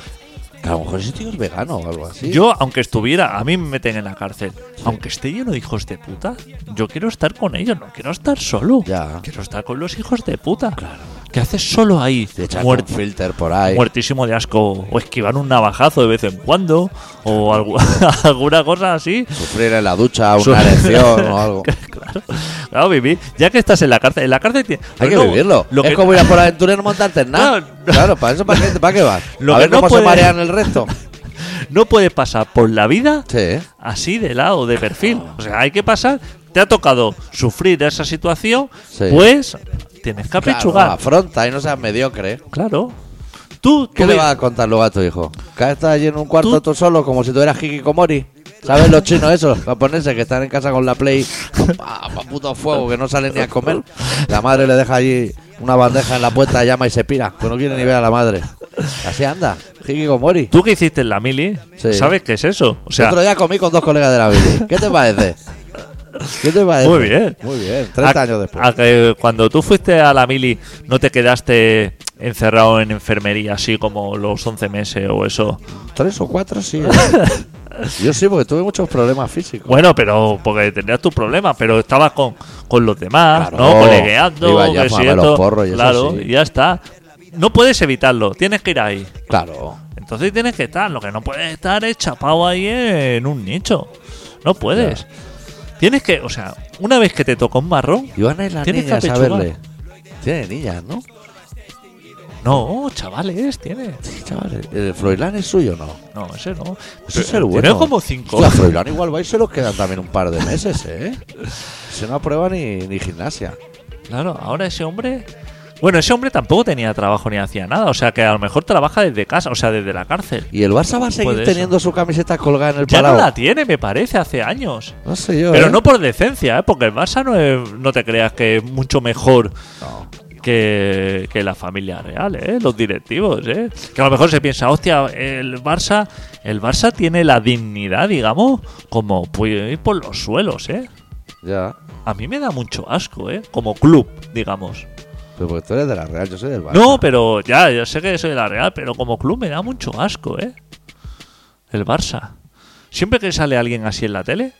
Speaker 1: Que a lo mejor ese tío es vegano o algo así.
Speaker 2: yo, aunque estuviera, a mí me meten en la cárcel. Aunque esté lleno de hijos de puta, yo quiero estar con ellos, no quiero estar solo.
Speaker 1: Ya.
Speaker 2: Quiero estar con los hijos de puta. Claro. ¿Qué haces solo ahí?
Speaker 1: De echar un
Speaker 2: Muerto.
Speaker 1: filter por ahí.
Speaker 2: muertísimo de asco o esquivar un navajazo de vez en cuando o algu- alguna cosa así.
Speaker 1: Sufrir en la ducha
Speaker 2: Su-
Speaker 1: una erección o algo.
Speaker 2: claro, claro, vivir. Ya que estás en la cárcel, en la cárcel ti-
Speaker 1: Hay que
Speaker 2: no,
Speaker 1: vivirlo.
Speaker 2: Lo
Speaker 1: es
Speaker 2: que,
Speaker 1: como ir a por aventura y no montarte en nada.
Speaker 2: Claro.
Speaker 1: Claro, para eso, ¿para qué, para qué vas?
Speaker 2: Lo
Speaker 1: a
Speaker 2: que
Speaker 1: ver
Speaker 2: no
Speaker 1: cómo
Speaker 2: puede-
Speaker 1: se marean el resto.
Speaker 2: no puedes pasar por la vida
Speaker 1: Sí, ¿eh?
Speaker 2: así de lado, de perfil. O sea, hay que pasar. Te ha tocado sufrir esa situación,
Speaker 1: Sí.
Speaker 2: pues tienes que
Speaker 1: Claro,
Speaker 2: apechugar.
Speaker 1: afronta y no seas mediocre.
Speaker 2: Claro. Tú,
Speaker 1: ¿Qué
Speaker 2: tú
Speaker 1: le
Speaker 2: vi-
Speaker 1: vas a contar luego a tu hijo? Que estás allí en un cuarto
Speaker 2: Tú-
Speaker 1: tú, solo, como si tú eras Hikikomori. ¿Sabes los chinos esos? Japoneses que están en casa con la Play a puto fuego, que no salen ni a comer. La madre le deja allí una bandeja en la puerta, llama y se pira. Que no quiere ni ver a la madre. Así anda, Hikikomori.
Speaker 2: tú que hiciste en la mili,
Speaker 1: Sí.
Speaker 2: ¿sabes qué es eso? O sea,
Speaker 1: Otro día comí con dos colegas de la Billy. ¿Qué te parece? ¿Qué te parece?
Speaker 2: Muy bien. Ah,
Speaker 1: Muy bien, 30
Speaker 2: A-
Speaker 1: años después.
Speaker 2: a que cuando tú fuiste a la mili, ¿no te quedaste encerrado en enfermería así como los 11 meses o eso?
Speaker 1: Tres o cuatro sí. eh. Yo sí, porque tuve muchos problemas físicos.
Speaker 2: Bueno, pero porque tenías tus problemas, pero estabas con, con los demás,
Speaker 1: Claro.
Speaker 2: ¿no? Colegueando,
Speaker 1: Iba yo a
Speaker 2: que si
Speaker 1: fumarme
Speaker 2: esto-
Speaker 1: los porros y eso
Speaker 2: claro,
Speaker 1: sí.
Speaker 2: y ya está. No puedes evitarlo, tienes que ir ahí.
Speaker 1: Claro.
Speaker 2: Entonces tienes que estar, lo que no puedes estar es chapado ahí en un nicho. No puedes. Tienes que, o sea, una vez que te toca un marrón,
Speaker 1: Joana es la
Speaker 2: Tienes que
Speaker 1: niña,
Speaker 2: apechugar.
Speaker 1: saberle. Tiene niñas, ¿no?
Speaker 2: no, chavales, tienes.
Speaker 1: Sí, chavales. ¿El Eh, Froilán es suyo o no?
Speaker 2: No, ese no.
Speaker 1: Ese es el
Speaker 2: Pero
Speaker 1: bueno.
Speaker 2: Tiene como cinco.
Speaker 1: Hostia, Froilán igual va y se los quedan también un par de meses, ¿eh? Se no aprueba ni, ni gimnasia.
Speaker 2: Claro, ahora ese hombre. Bueno, ese hombre tampoco tenía trabajo ni hacía nada. O sea, que a lo mejor trabaja desde casa, o sea, desde la cárcel.
Speaker 1: Y el Barça va a seguir
Speaker 2: Puede eso.
Speaker 1: teniendo su camiseta colgada en el
Speaker 2: Ya
Speaker 1: Palau.
Speaker 2: no la tiene, me parece, hace años.
Speaker 1: No sé yo.
Speaker 2: Pero
Speaker 1: ¿eh?
Speaker 2: no por decencia, ¿eh? porque el Barça no, es- no te creas que es mucho mejor
Speaker 1: No.
Speaker 2: que, que la familia real, ¿eh? los directivos. ¿eh? Que a lo mejor se piensa, hostia, el Barça, el Barça tiene la dignidad, digamos, como pu- ir por los suelos. ¿eh?
Speaker 1: Ya.
Speaker 2: A mí me da mucho asco, ¿eh? como club, digamos.
Speaker 1: Pero porque tú eres de la Real, yo soy del Barça.
Speaker 2: No, pero ya, yo sé que soy de la Real, pero como club me da mucho asco, ¿eh? El Barça. Siempre que sale alguien así en la tele,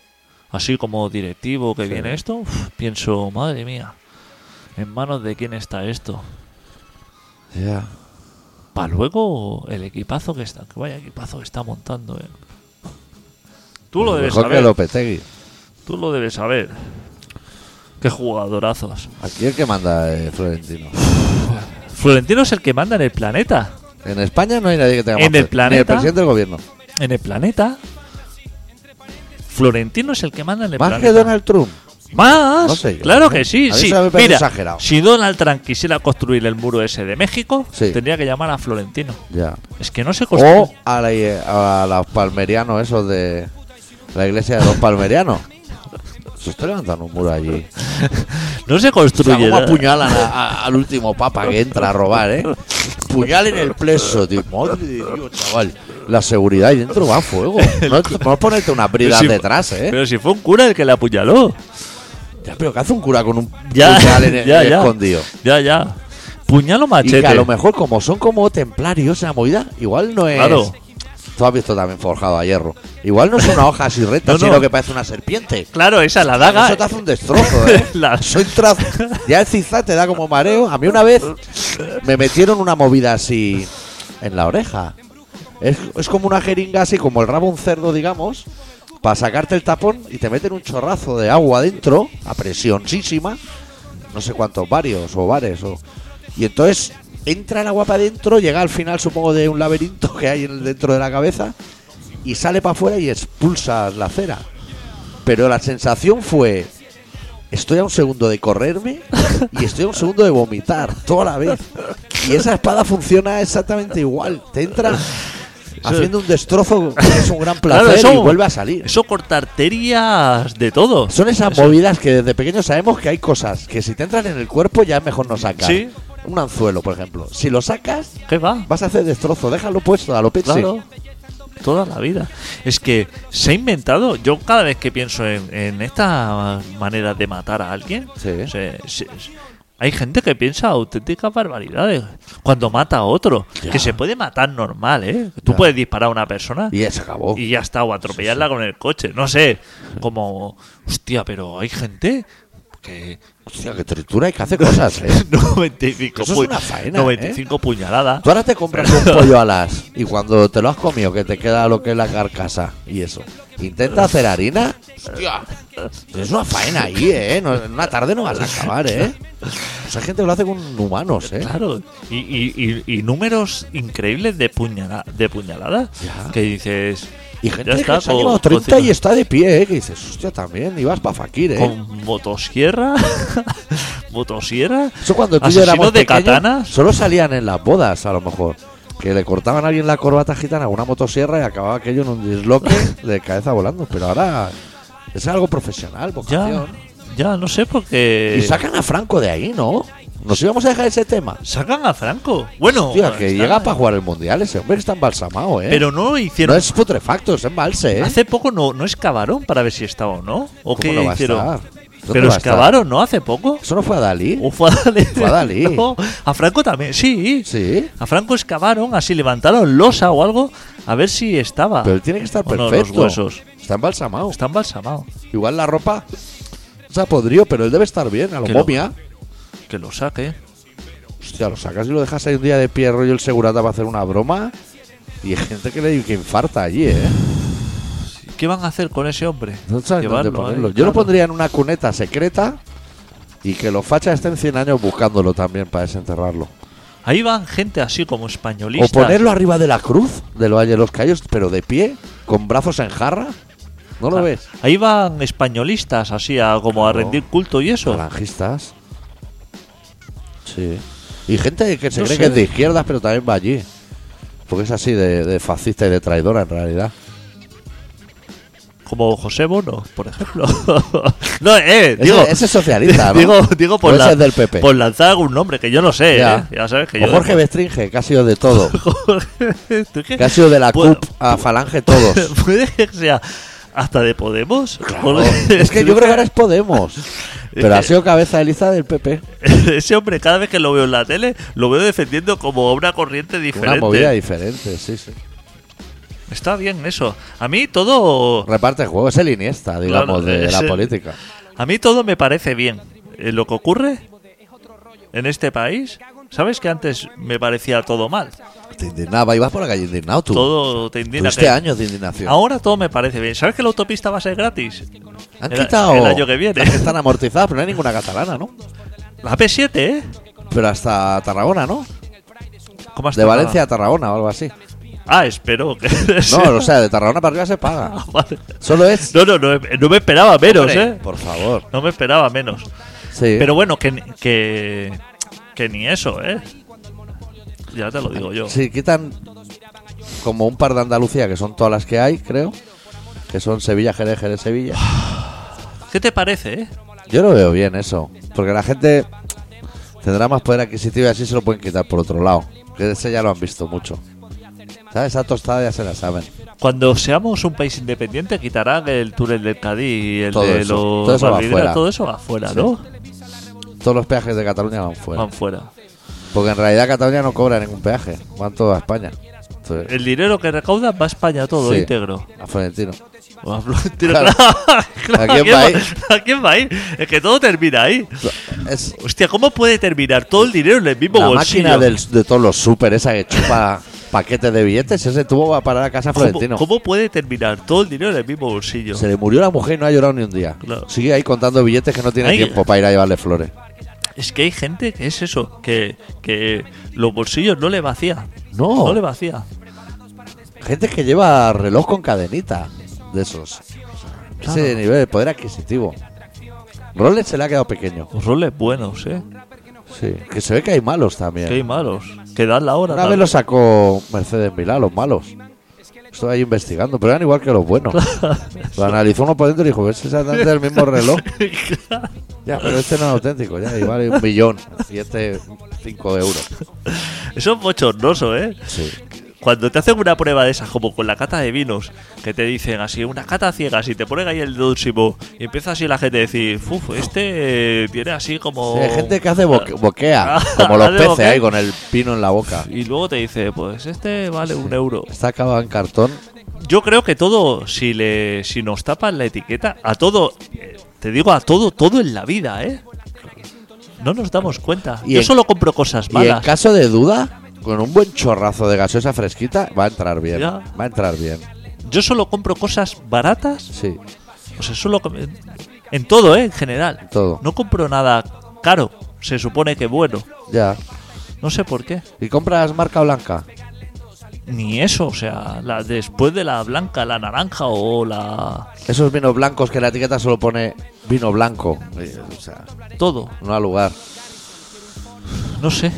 Speaker 2: así como directivo que viene esto, uf, pienso, madre mía, ¿en manos de quién está esto?
Speaker 1: Ya.
Speaker 2: Para luego el equipazo que está, que vaya equipazo que está montando, ¿eh? Tú lo debes
Speaker 1: Pues Mejor que
Speaker 2: saber,
Speaker 1: Lopetegui.
Speaker 2: tú lo debes saber. Qué jugadorazos.
Speaker 1: Aquí el que manda es Florentino.
Speaker 2: Florentino es el que manda en el planeta.
Speaker 1: En España no hay nadie que tenga más
Speaker 2: En
Speaker 1: poder,
Speaker 2: el
Speaker 1: Ni el
Speaker 2: planeta.
Speaker 1: presidente del gobierno.
Speaker 2: En el planeta. Florentino es el que manda en el
Speaker 1: Más
Speaker 2: planeta.
Speaker 1: que Donald Trump.
Speaker 2: Más,
Speaker 1: No sé yo,
Speaker 2: claro
Speaker 1: ¿no?
Speaker 2: que sí.
Speaker 1: A mí
Speaker 2: sí.
Speaker 1: eso me parece
Speaker 2: Mira,
Speaker 1: exagerado.
Speaker 2: si Donald Trump quisiera construir el muro ese de México,
Speaker 1: Sí. Oh.
Speaker 2: tendría que llamar a Florentino.
Speaker 1: Ya.
Speaker 2: Es que no se construye.
Speaker 1: O a, la- a los palmerianos esos de la iglesia de los palmerianos. Se está levantando un muro allí.
Speaker 2: No se
Speaker 1: O sea,
Speaker 2: construye.
Speaker 1: ¿Cómo
Speaker 2: nada.
Speaker 1: apuñalan a- a- al último papa que entra a robar, eh? Puñal en el pleso, tío. Madre de Dios, chaval. La seguridad ahí dentro va a fuego. No, no ponerte unas bridas
Speaker 2: si-
Speaker 1: detrás, eh.
Speaker 2: Pero si fue un cura el que le apuñaló.
Speaker 1: Ya, pero ¿qué hace un cura con un
Speaker 2: Ya,
Speaker 1: puñal en el-
Speaker 2: ya, ya.
Speaker 1: escondido?
Speaker 2: Ya, ya. Puñal o
Speaker 1: Y
Speaker 2: machete.
Speaker 1: que a lo mejor, como son como templarios esa movida, igual no es.
Speaker 2: Claro.
Speaker 1: Tú has visto también forjado a hierro. Igual no es una hoja así recta,
Speaker 2: No, no.
Speaker 1: sino que parece una serpiente.
Speaker 2: Claro, esa, la daga.
Speaker 1: Eso te hace un destrozo, ¿eh?
Speaker 2: La-
Speaker 1: Soy trazo. Ya el cizá te da como mareo. A mí una vez me metieron una movida así en la oreja. Es, es como una jeringa así, como el rabo de un cerdo, digamos, para sacarte el tapón y te meten un chorrazo de agua dentro, a presionsísima, no sé cuántos varios o bares. O, y entonces entra el agua para adentro, llega al final, supongo, de un laberinto que hay en el- dentro de la cabeza y sale para afuera y expulsas la cera. Pero la sensación fue Estoy a un segundo de correrme y estoy a un segundo de vomitar, toda la vez. Y esa espada funciona exactamente igual. Te entra haciendo un destrozo que es un gran placer
Speaker 2: Claro, eso-
Speaker 1: y vuelve a salir.
Speaker 2: Eso corta arterias de todo.
Speaker 1: Son esas movidas que desde pequeños sabemos que hay cosas que si te entran en el cuerpo ya es mejor no sacar.
Speaker 2: Sí.
Speaker 1: Un anzuelo, por ejemplo. Si lo sacas,
Speaker 2: ¿Qué va?
Speaker 1: vas a hacer destrozo. Déjalo puesto a lo Pepsi.
Speaker 2: Claro. Toda la vida. Es que se ha inventado. Yo cada vez que pienso en, en esta manera de matar a alguien,
Speaker 1: Sí.
Speaker 2: se- se- se- hay gente que piensa auténticas barbaridades cuando mata a otro.
Speaker 1: Ya.
Speaker 2: Que se puede matar normal, ¿eh? Tú
Speaker 1: Ya.
Speaker 2: puedes disparar a una persona
Speaker 1: Y ya se acabó.
Speaker 2: y ya está, o atropellarla con el coche. No sé. Como, hostia, pero hay gente que
Speaker 1: Hostia, que tritura y que hace cosas, ¿eh?
Speaker 2: 95,
Speaker 1: Eso es
Speaker 2: pu-
Speaker 1: una faena, ¿eh?
Speaker 2: 95 puñaladas.
Speaker 1: Tú ahora te compras un pollo alas y cuando te lo has comido que te queda lo que es la carcasa y eso. Intenta hacer harina. Hostia. Es una faena ahí, ¿eh? No- en una tarde no vas a acabar, ¿eh? O sea, hay gente que lo hace con humanos, ¿eh?
Speaker 2: Claro, y, y- y- y números increíbles de, puñala, de puñaladas
Speaker 1: Ya.
Speaker 2: que dices.
Speaker 1: Y gente
Speaker 2: ya está,
Speaker 1: que se ha
Speaker 2: con-
Speaker 1: llevado
Speaker 2: con
Speaker 1: 30 y
Speaker 2: ci-
Speaker 1: está de pie, ¿eh? Que dices, hostia, también, ibas para Fakir, ¿eh?
Speaker 2: Con motosierra. motosierra.
Speaker 1: Eso cuando tú y yo
Speaker 2: asesinos
Speaker 1: éramos
Speaker 2: de
Speaker 1: pequeños,
Speaker 2: katanas.
Speaker 1: Solo salían en las bodas, a lo mejor. Que le cortaban a alguien la corbata gitana a una motosierra y acababa aquello en un disloque de cabeza volando. Pero ahora es algo profesional,
Speaker 2: Ya, Eh.
Speaker 1: vocación.
Speaker 2: ya, no sé por qué.
Speaker 1: Y sacan a Franco de ahí, ¿no? Nos íbamos a dejar ese tema.
Speaker 2: Sacan a Franco. Bueno,
Speaker 1: Tío, que
Speaker 2: está-
Speaker 1: llega para jugar el mundial ese hombre que está embalsamado, ¿eh?
Speaker 2: pero no
Speaker 1: no
Speaker 2: hicieron.
Speaker 1: es putrefacto, es embalse, ¿eh?
Speaker 2: Hace poco no, no excavaron para ver si estaba o no. ¿O
Speaker 1: ¿Cómo
Speaker 2: qué
Speaker 1: no va a
Speaker 2: hicieron?
Speaker 1: estar? ¿Dónde
Speaker 2: Pero
Speaker 1: va a estar?
Speaker 2: excavaron, ¿no? Hace poco.
Speaker 1: Eso no fue a Dalí.
Speaker 2: O fue a Dalí.
Speaker 1: Fue a Dalí.
Speaker 2: No, a Franco también, sí.
Speaker 1: Sí.
Speaker 2: A Franco excavaron, así levantaron losa o algo, a ver si estaba.
Speaker 1: Pero él tiene que estar
Speaker 2: O no, Ah. los
Speaker 1: perfecto.
Speaker 2: huesos.
Speaker 1: Está embalsamado.
Speaker 2: Está embalsamado.
Speaker 1: Igual la ropa se ha podrido, pero él debe estar bien, a lo
Speaker 2: Que lo-
Speaker 1: momia.
Speaker 2: Que lo saque.
Speaker 1: Hostia, lo sacas y lo dejas ahí un día de pie rollo el segurata para hacer una broma. Y hay gente que le que infarta allí, ¿eh?
Speaker 2: ¿Qué van a hacer con ese hombre?
Speaker 1: No sabes
Speaker 2: Llevarlo
Speaker 1: dónde ponerlo.
Speaker 2: ahí,
Speaker 1: Yo lo
Speaker 2: claro.
Speaker 1: pondría en una cuneta secreta y que los fachas estén 100 años buscándolo también para desenterrarlo.
Speaker 2: Ahí van gente así como españolistas.
Speaker 1: O ponerlo arriba de la cruz del Valle de los Cayos, pero de pie, con brazos en jarra. ¿No lo
Speaker 2: Ah,
Speaker 1: ves?
Speaker 2: Ahí van españolistas así a, como a
Speaker 1: Claro.
Speaker 2: rendir culto y eso.
Speaker 1: Falangistas. Sí. Y gente que se
Speaker 2: No
Speaker 1: cree
Speaker 2: sé.
Speaker 1: que es de izquierdas, pero también va allí. Porque es así de, de fascista y de traidora en realidad.
Speaker 2: Como José Bono, por ejemplo. no, eh,
Speaker 1: Ese-
Speaker 2: digo.
Speaker 1: ese es socialista, ¿no?
Speaker 2: Digo, digo por,
Speaker 1: No, ese
Speaker 2: la-
Speaker 1: es del PP.
Speaker 2: por lanzar algún nombre, que yo no sé,
Speaker 1: Ya.
Speaker 2: ya, ya sabes que
Speaker 1: o
Speaker 2: yo.
Speaker 1: Jorge Bestringe, que ha sido de todo.
Speaker 2: Jorge, Pues ¿tú qué?
Speaker 1: que ha sido de la
Speaker 2: Puedo-
Speaker 1: CUP a Falange todos.
Speaker 2: Puede que sea hasta de Podemos.
Speaker 1: Claro. Es que yo creo que ahora es Podemos. Pero
Speaker 2: Eh,
Speaker 1: ha sido cabeza de lista del PP.
Speaker 2: Ese hombre, cada vez que lo veo en la tele, lo veo defendiendo como una corriente diferente.
Speaker 1: Una movida diferente, sí, sí.
Speaker 2: Está bien eso. A mí todo.
Speaker 1: Reparte juegos, es el Iniesta, digamos,
Speaker 2: Claro,
Speaker 1: de
Speaker 2: es
Speaker 1: la
Speaker 2: el-
Speaker 1: política.
Speaker 2: A mí todo me parece bien. Eh, Lo que ocurre en este país, ¿sabes que antes me parecía todo mal?
Speaker 1: Te indignaba, ibas por la calle indignado tú.
Speaker 2: Todo te indigna.
Speaker 1: Tuviste
Speaker 2: que-
Speaker 1: años de indignación.
Speaker 2: Ahora todo me parece bien. ¿Sabes que la autopista va a ser gratis?
Speaker 1: Han
Speaker 2: el-
Speaker 1: quitado
Speaker 2: el año que viene.
Speaker 1: las están amortizadas, pero no hay ninguna catalana, ¿no?
Speaker 2: La P7, ¿eh?
Speaker 1: Pero hasta Tarragona, ¿no?
Speaker 2: ¿Cómo has
Speaker 1: De
Speaker 2: tardado?
Speaker 1: Valencia a Tarragona o algo así.
Speaker 2: Ah, espero que.
Speaker 1: No, o sea, de Tarragona para arriba se paga.
Speaker 2: Vale.
Speaker 1: Solo es.
Speaker 2: No, no, no, no me esperaba menos,
Speaker 1: Hombre,
Speaker 2: ¿eh?
Speaker 1: Por favor.
Speaker 2: No me esperaba menos.
Speaker 1: Sí.
Speaker 2: Pero bueno, que, ni- que, que ni eso, ¿eh? Ya te lo digo yo.
Speaker 1: Sí, quitan como un par de Andalucía, que son todas las que hay, creo. Que son Sevilla, Jerez, Jerez, Sevilla.
Speaker 2: ¿Qué te parece, eh?
Speaker 1: Yo lo veo bien eso. Porque la gente tendrá más poder adquisitivo y así se lo pueden quitar por otro lado. Que ese ya lo han visto mucho. ¿Sabes? Esa tostada ya se la saben.
Speaker 2: Cuando seamos un país independiente, quitarán el túnel del Cádiz y el
Speaker 1: Todo
Speaker 2: de
Speaker 1: eso.
Speaker 2: los
Speaker 1: Todo eso va
Speaker 2: Malvinas,
Speaker 1: fuera.
Speaker 2: todo eso va afuera,
Speaker 1: Sí.
Speaker 2: ¿no?
Speaker 1: Todos los peajes de Cataluña van fuera.
Speaker 2: Van fuera.
Speaker 1: Porque en realidad Cataluña no cobra ningún peaje. Van todos a España. Entonces,
Speaker 2: El dinero que recaudan va a España todo,
Speaker 1: Sí.
Speaker 2: íntegro.
Speaker 1: a Florentino.
Speaker 2: Va a Florentino,
Speaker 1: Claro.
Speaker 2: claro,
Speaker 1: ¿A quién va a ir?
Speaker 2: ¿A quién va a ir? Es que todo termina ahí.
Speaker 1: Es
Speaker 2: Hostia, ¿cómo puede terminar todo el dinero en el mismo
Speaker 1: la
Speaker 2: bolsillo?
Speaker 1: máquina del- de todos los super, esa que chupa paquetes de billetes. Ese tubo va a parar a casa Florentino.
Speaker 2: ¿Cómo, cómo puede terminar todo el dinero en el mismo bolsillo?
Speaker 1: Se le murió la mujer y no ha llorado ni un día.
Speaker 2: Claro.
Speaker 1: Sigue ahí contando billetes que no tiene
Speaker 2: Ahí-
Speaker 1: tiempo para ir a llevarle flores.
Speaker 2: Es que hay gente que es eso, que, que los bolsillos no le vacía.
Speaker 1: No.
Speaker 2: No le vacía.
Speaker 1: Gente que lleva reloj con cadenita de esos. Ese
Speaker 2: Claro.
Speaker 1: nivel de poder adquisitivo. Rolex se le ha quedado pequeño.
Speaker 2: Los roles buenos, ¿eh?
Speaker 1: Sí. Que se ve que hay malos también.
Speaker 2: Que hay malos. Que dan la hora.
Speaker 1: Una
Speaker 2: tal.
Speaker 1: vez lo sacó Mercedes Milá, los malos. Estoy ahí investigando, pero eran igual que los buenos. Lo analizó uno por dentro y dijo, "Pues es exactamente el mismo reloj. Ya, pero este no es auténtico, ya, y vale un millón. Y este, cinco euros.
Speaker 2: Eso es bochornoso, ¿eh?
Speaker 1: Sí.
Speaker 2: Cuando te hacen una prueba de esas, como con la cata de vinos, que te dicen así, una cata ciega, si te ponen ahí el último, y empieza así la gente a decir, uff, este eh, tiene así como.
Speaker 1: Sí, hay gente que hace boque- boquea,
Speaker 2: Ah,
Speaker 1: como los
Speaker 2: hace
Speaker 1: peces
Speaker 2: boquea.
Speaker 1: ahí con el pino en la boca.
Speaker 2: Y luego te dice, pues este vale un euro.
Speaker 1: Está acabado en cartón.
Speaker 2: Yo creo que todo, si le, si nos tapan la etiqueta, a todo, eh, te digo a todo, todo en la vida, ¿eh? No nos damos cuenta.
Speaker 1: Y
Speaker 2: Yo
Speaker 1: en-
Speaker 2: solo compro cosas
Speaker 1: Y en
Speaker 2: malas.
Speaker 1: caso de duda, con un buen chorrazo de gaseosa fresquita, va a entrar bien.
Speaker 2: Ya.
Speaker 1: Va a entrar bien,
Speaker 2: Yo solo compro cosas baratas.
Speaker 1: sí.
Speaker 2: O sea, solo com- en, en todo, ¿eh? En general.
Speaker 1: todo.
Speaker 2: No compro nada caro. Se supone que bueno.
Speaker 1: Ya.
Speaker 2: No sé por qué.
Speaker 1: ¿Y compras marca blanca?
Speaker 2: Ni eso, o sea, la, después de la blanca, la naranja o la...
Speaker 1: Esos vinos blancos que en la etiqueta solo pone vino blanco. Eh, O sea,
Speaker 2: Todo.
Speaker 1: no al lugar.
Speaker 2: No sé.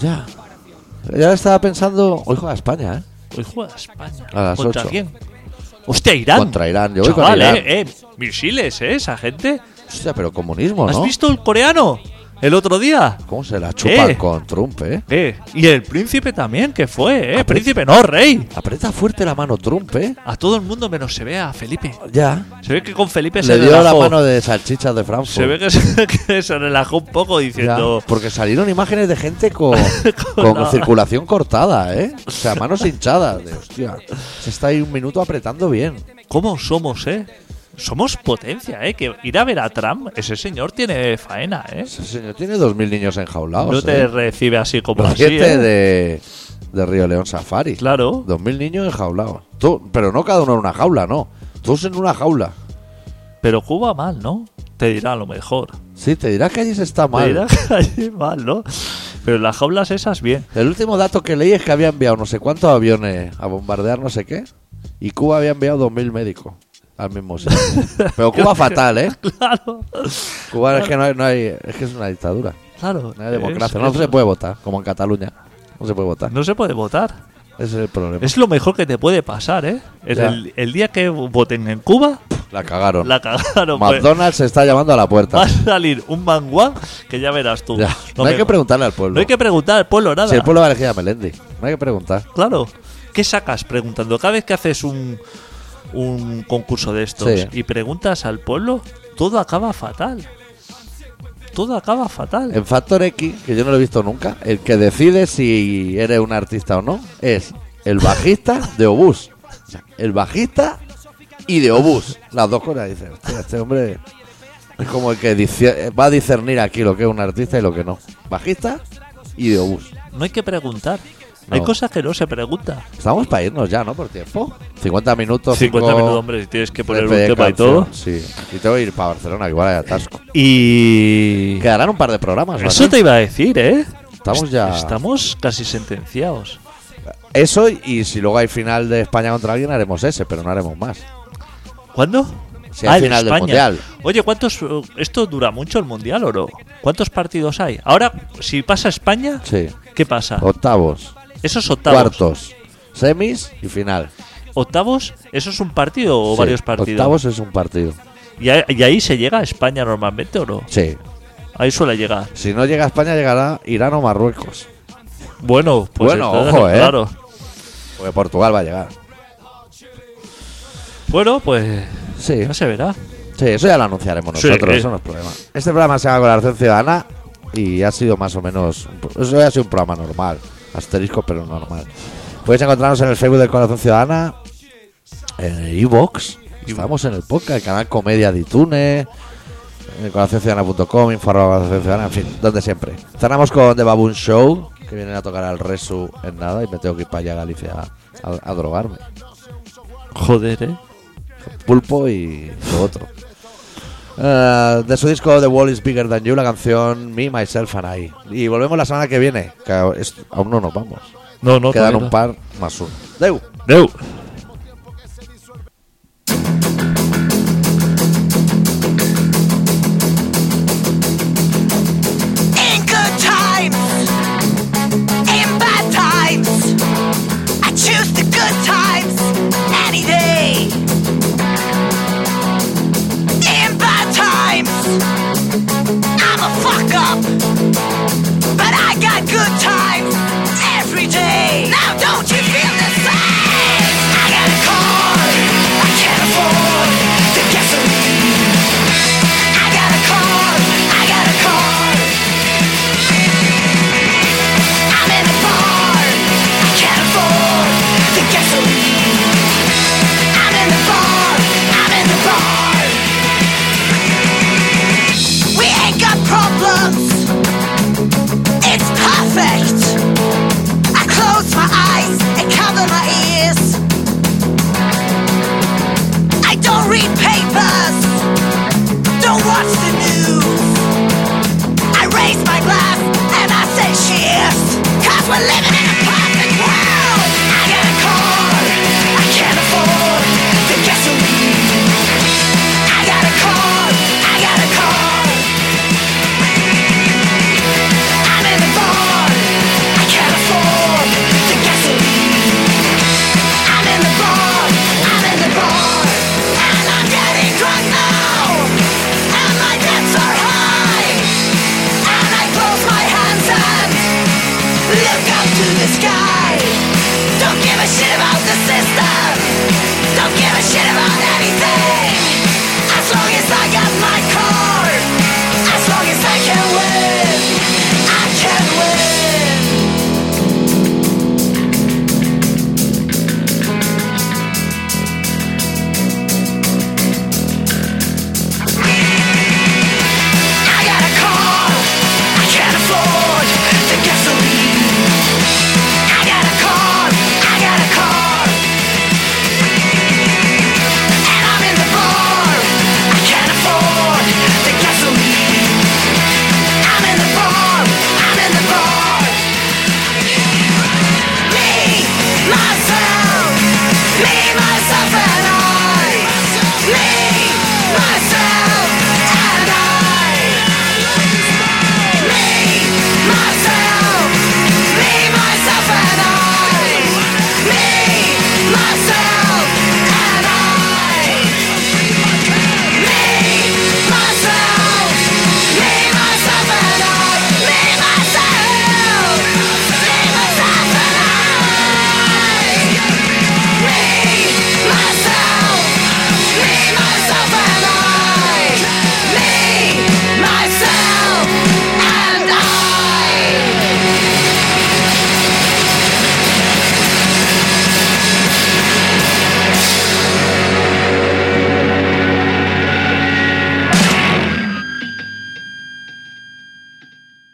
Speaker 1: Ya. Ya estaba pensando, hoy juega España, ¿eh?
Speaker 2: Hoy juega España.
Speaker 1: A las
Speaker 2: ¿Contra
Speaker 1: ocho.
Speaker 2: quién? Hostia, Irán.
Speaker 1: Contra Irán, yo voy con
Speaker 2: Chaval,
Speaker 1: Irán.
Speaker 2: Eh, eh, misiles, eh, esa gente.
Speaker 1: Hostia, pero comunismo,
Speaker 2: ¿Has
Speaker 1: ¿no?
Speaker 2: visto el coreano? El otro día.
Speaker 1: ¿Cómo se la chupan
Speaker 2: Eh.
Speaker 1: con Trump, eh?
Speaker 2: Eh, y el príncipe también, que fue, eh.
Speaker 1: Ah, pues-
Speaker 2: Príncipe, no, rey.
Speaker 1: Aprieta fuerte la mano Trump, eh.
Speaker 2: A todo el mundo menos se ve a Felipe.
Speaker 1: Ya.
Speaker 2: Se ve que con Felipe se
Speaker 1: Le dio la
Speaker 2: relajó.
Speaker 1: mano de salchichas de Frankfurt.
Speaker 2: Se ve que se, que se relajó un poco
Speaker 1: Ya,
Speaker 2: diciendo.
Speaker 1: porque salieron imágenes de gente con,
Speaker 2: Con
Speaker 1: con
Speaker 2: la-
Speaker 1: circulación cortada, ¿eh? O sea, manos hinchadas. De, hostia, se está ahí un minuto apretando bien.
Speaker 2: ¿Cómo somos, eh? Somos potencia, eh. Que ir a ver a Trump, ese señor tiene faena, eh.
Speaker 1: Ese señor tiene dos mil niños enjaulados.
Speaker 2: No te
Speaker 1: ¿eh?
Speaker 2: recibe así como
Speaker 1: Los
Speaker 2: así.
Speaker 1: siete
Speaker 2: ¿eh?
Speaker 1: de, de Río León Safari.
Speaker 2: Claro.
Speaker 1: Dos mil niños enjaulados. Tú- pero no cada uno en una jaula, no. Todos en una jaula.
Speaker 2: Pero Cuba mal, ¿no? Te dirá lo mejor.
Speaker 1: Sí, te dirás que allí se está
Speaker 2: Te
Speaker 1: mal.
Speaker 2: dirá que allí mal, ¿no? Pero las jaulas esas bien.
Speaker 1: El último dato que leí es que había enviado no sé cuántos aviones a bombardear no sé qué y Cuba había enviado 2.000 médicos al mismo sitio. Pero Cuba fatal, ¿eh?
Speaker 2: Claro.
Speaker 1: Cuba es que no hay, no hay- es que es una dictadura,
Speaker 2: Claro.
Speaker 1: no hay
Speaker 2: es-
Speaker 1: democracia, no
Speaker 2: es-
Speaker 1: se puede votar, como en Cataluña, no se puede votar.
Speaker 2: no se puede votar.
Speaker 1: Ese es el problema.
Speaker 2: Es lo mejor que te puede pasar, ¿eh? El,
Speaker 1: Ya.
Speaker 2: el- el día que voten en Cuba,
Speaker 1: La cagaron.
Speaker 2: la cagaron. pues.
Speaker 1: McDonald's se está llamando a la
Speaker 2: va
Speaker 1: puerta.
Speaker 2: a salir un manguán que ya verás tú.
Speaker 1: Ya. No
Speaker 2: Lo
Speaker 1: hay que
Speaker 2: mismo.
Speaker 1: preguntarle al pueblo.
Speaker 2: No hay que preguntar al pueblo nada.
Speaker 1: Si el pueblo va a elegir a Melendi, no hay que preguntar.
Speaker 2: Claro. ¿Qué sacas preguntando? Cada vez que haces un, un concurso de estos
Speaker 1: Sí.
Speaker 2: y preguntas al pueblo, todo acaba fatal. Todo acaba fatal.
Speaker 1: En Factor X, que yo no lo he visto nunca, el que decide si eres un artista o no es el bajista de Obús. O sea, el bajista y de Obús. Las dos cosas dicen. "Hostia, Este hombre es como el que dice- va a discernir aquí lo que es un artista y lo que no. Bajista y de Obús.
Speaker 2: No hay que preguntar. Hay
Speaker 1: No.
Speaker 2: cosas que no se preguntan.
Speaker 1: Estamos para irnos ya, ¿no? Por tiempo. 50 minutos.
Speaker 2: 50
Speaker 1: cinco
Speaker 2: minutos, hombre, si tienes que poner un
Speaker 1: LP de
Speaker 2: tema y todo.
Speaker 1: canción. Sí. Y tengo que ir para Barcelona, que igual hay atasco.
Speaker 2: Y.
Speaker 1: Quedarán un par de programas, ¿verdad?
Speaker 2: Eso te iba a decir, ¿eh?
Speaker 1: Estamos ya-
Speaker 2: Estamos casi sentenciados.
Speaker 1: Eso y si luego hay final de España contra alguien, haremos ese, pero no haremos más.
Speaker 2: ¿Cuándo?
Speaker 1: Si hay
Speaker 2: el de
Speaker 1: final del
Speaker 2: España.
Speaker 1: Mundial.
Speaker 2: Oye, ¿cuántos. eh, ¿Esto dura mucho el mundial o no? ¿Cuántos partidos hay? Ahora, si pasa España,
Speaker 1: Sí.
Speaker 2: ¿qué pasa?
Speaker 1: Octavos,
Speaker 2: Esos octavos.
Speaker 1: cuartos, semis y final.
Speaker 2: ¿Octavos? ¿Eso es un partido o
Speaker 1: Sí,
Speaker 2: varios partidos?
Speaker 1: Octavos es un partido.
Speaker 2: ¿Y, a- y ahí se llega a España normalmente o no?
Speaker 1: Sí.
Speaker 2: Ahí suele llegar.
Speaker 1: Si no llega a España, llegará Irán o Marruecos.
Speaker 2: Bueno, pues
Speaker 1: Bueno,
Speaker 2: entonces,
Speaker 1: ojo, ¿eh?
Speaker 2: claro.
Speaker 1: Porque Portugal va a llegar.
Speaker 2: Bueno, pues
Speaker 1: Sí.
Speaker 2: ya se verá.
Speaker 1: Sí, eso ya lo anunciaremos
Speaker 2: Sí,
Speaker 1: nosotros,
Speaker 2: eh.
Speaker 1: eso no es problema. Este programa se llama Colaboración Ciudadana y ha sido más o menos. un pro- Eso ya ha sido un programa normal, asterisco, pero normal. Puedes encontrarnos en el Facebook de Corazón Ciudadana, en el iVox, estamos en el podcast, el canal Comedia de eh, iTunes, en corazonciudadana.com, info arroba Corazón Ciudadana, en fin, donde siempre. Cerramos con The Baboon Show, que vienen a tocar al Resu en nada y me tengo que ir para allá a Galicia a- a- a drogarme.
Speaker 2: Joder, ¿eh?
Speaker 1: Pulpo y lo otro. Eh, de su disco The Wall is Bigger Than You, la canción Me, Myself and I. Y volvemos la semana que viene, que es- aún no nos vamos.
Speaker 2: No, no,
Speaker 1: Quedan
Speaker 2: todavía
Speaker 1: un
Speaker 2: no.
Speaker 1: par más uno. Deu.
Speaker 2: Deu.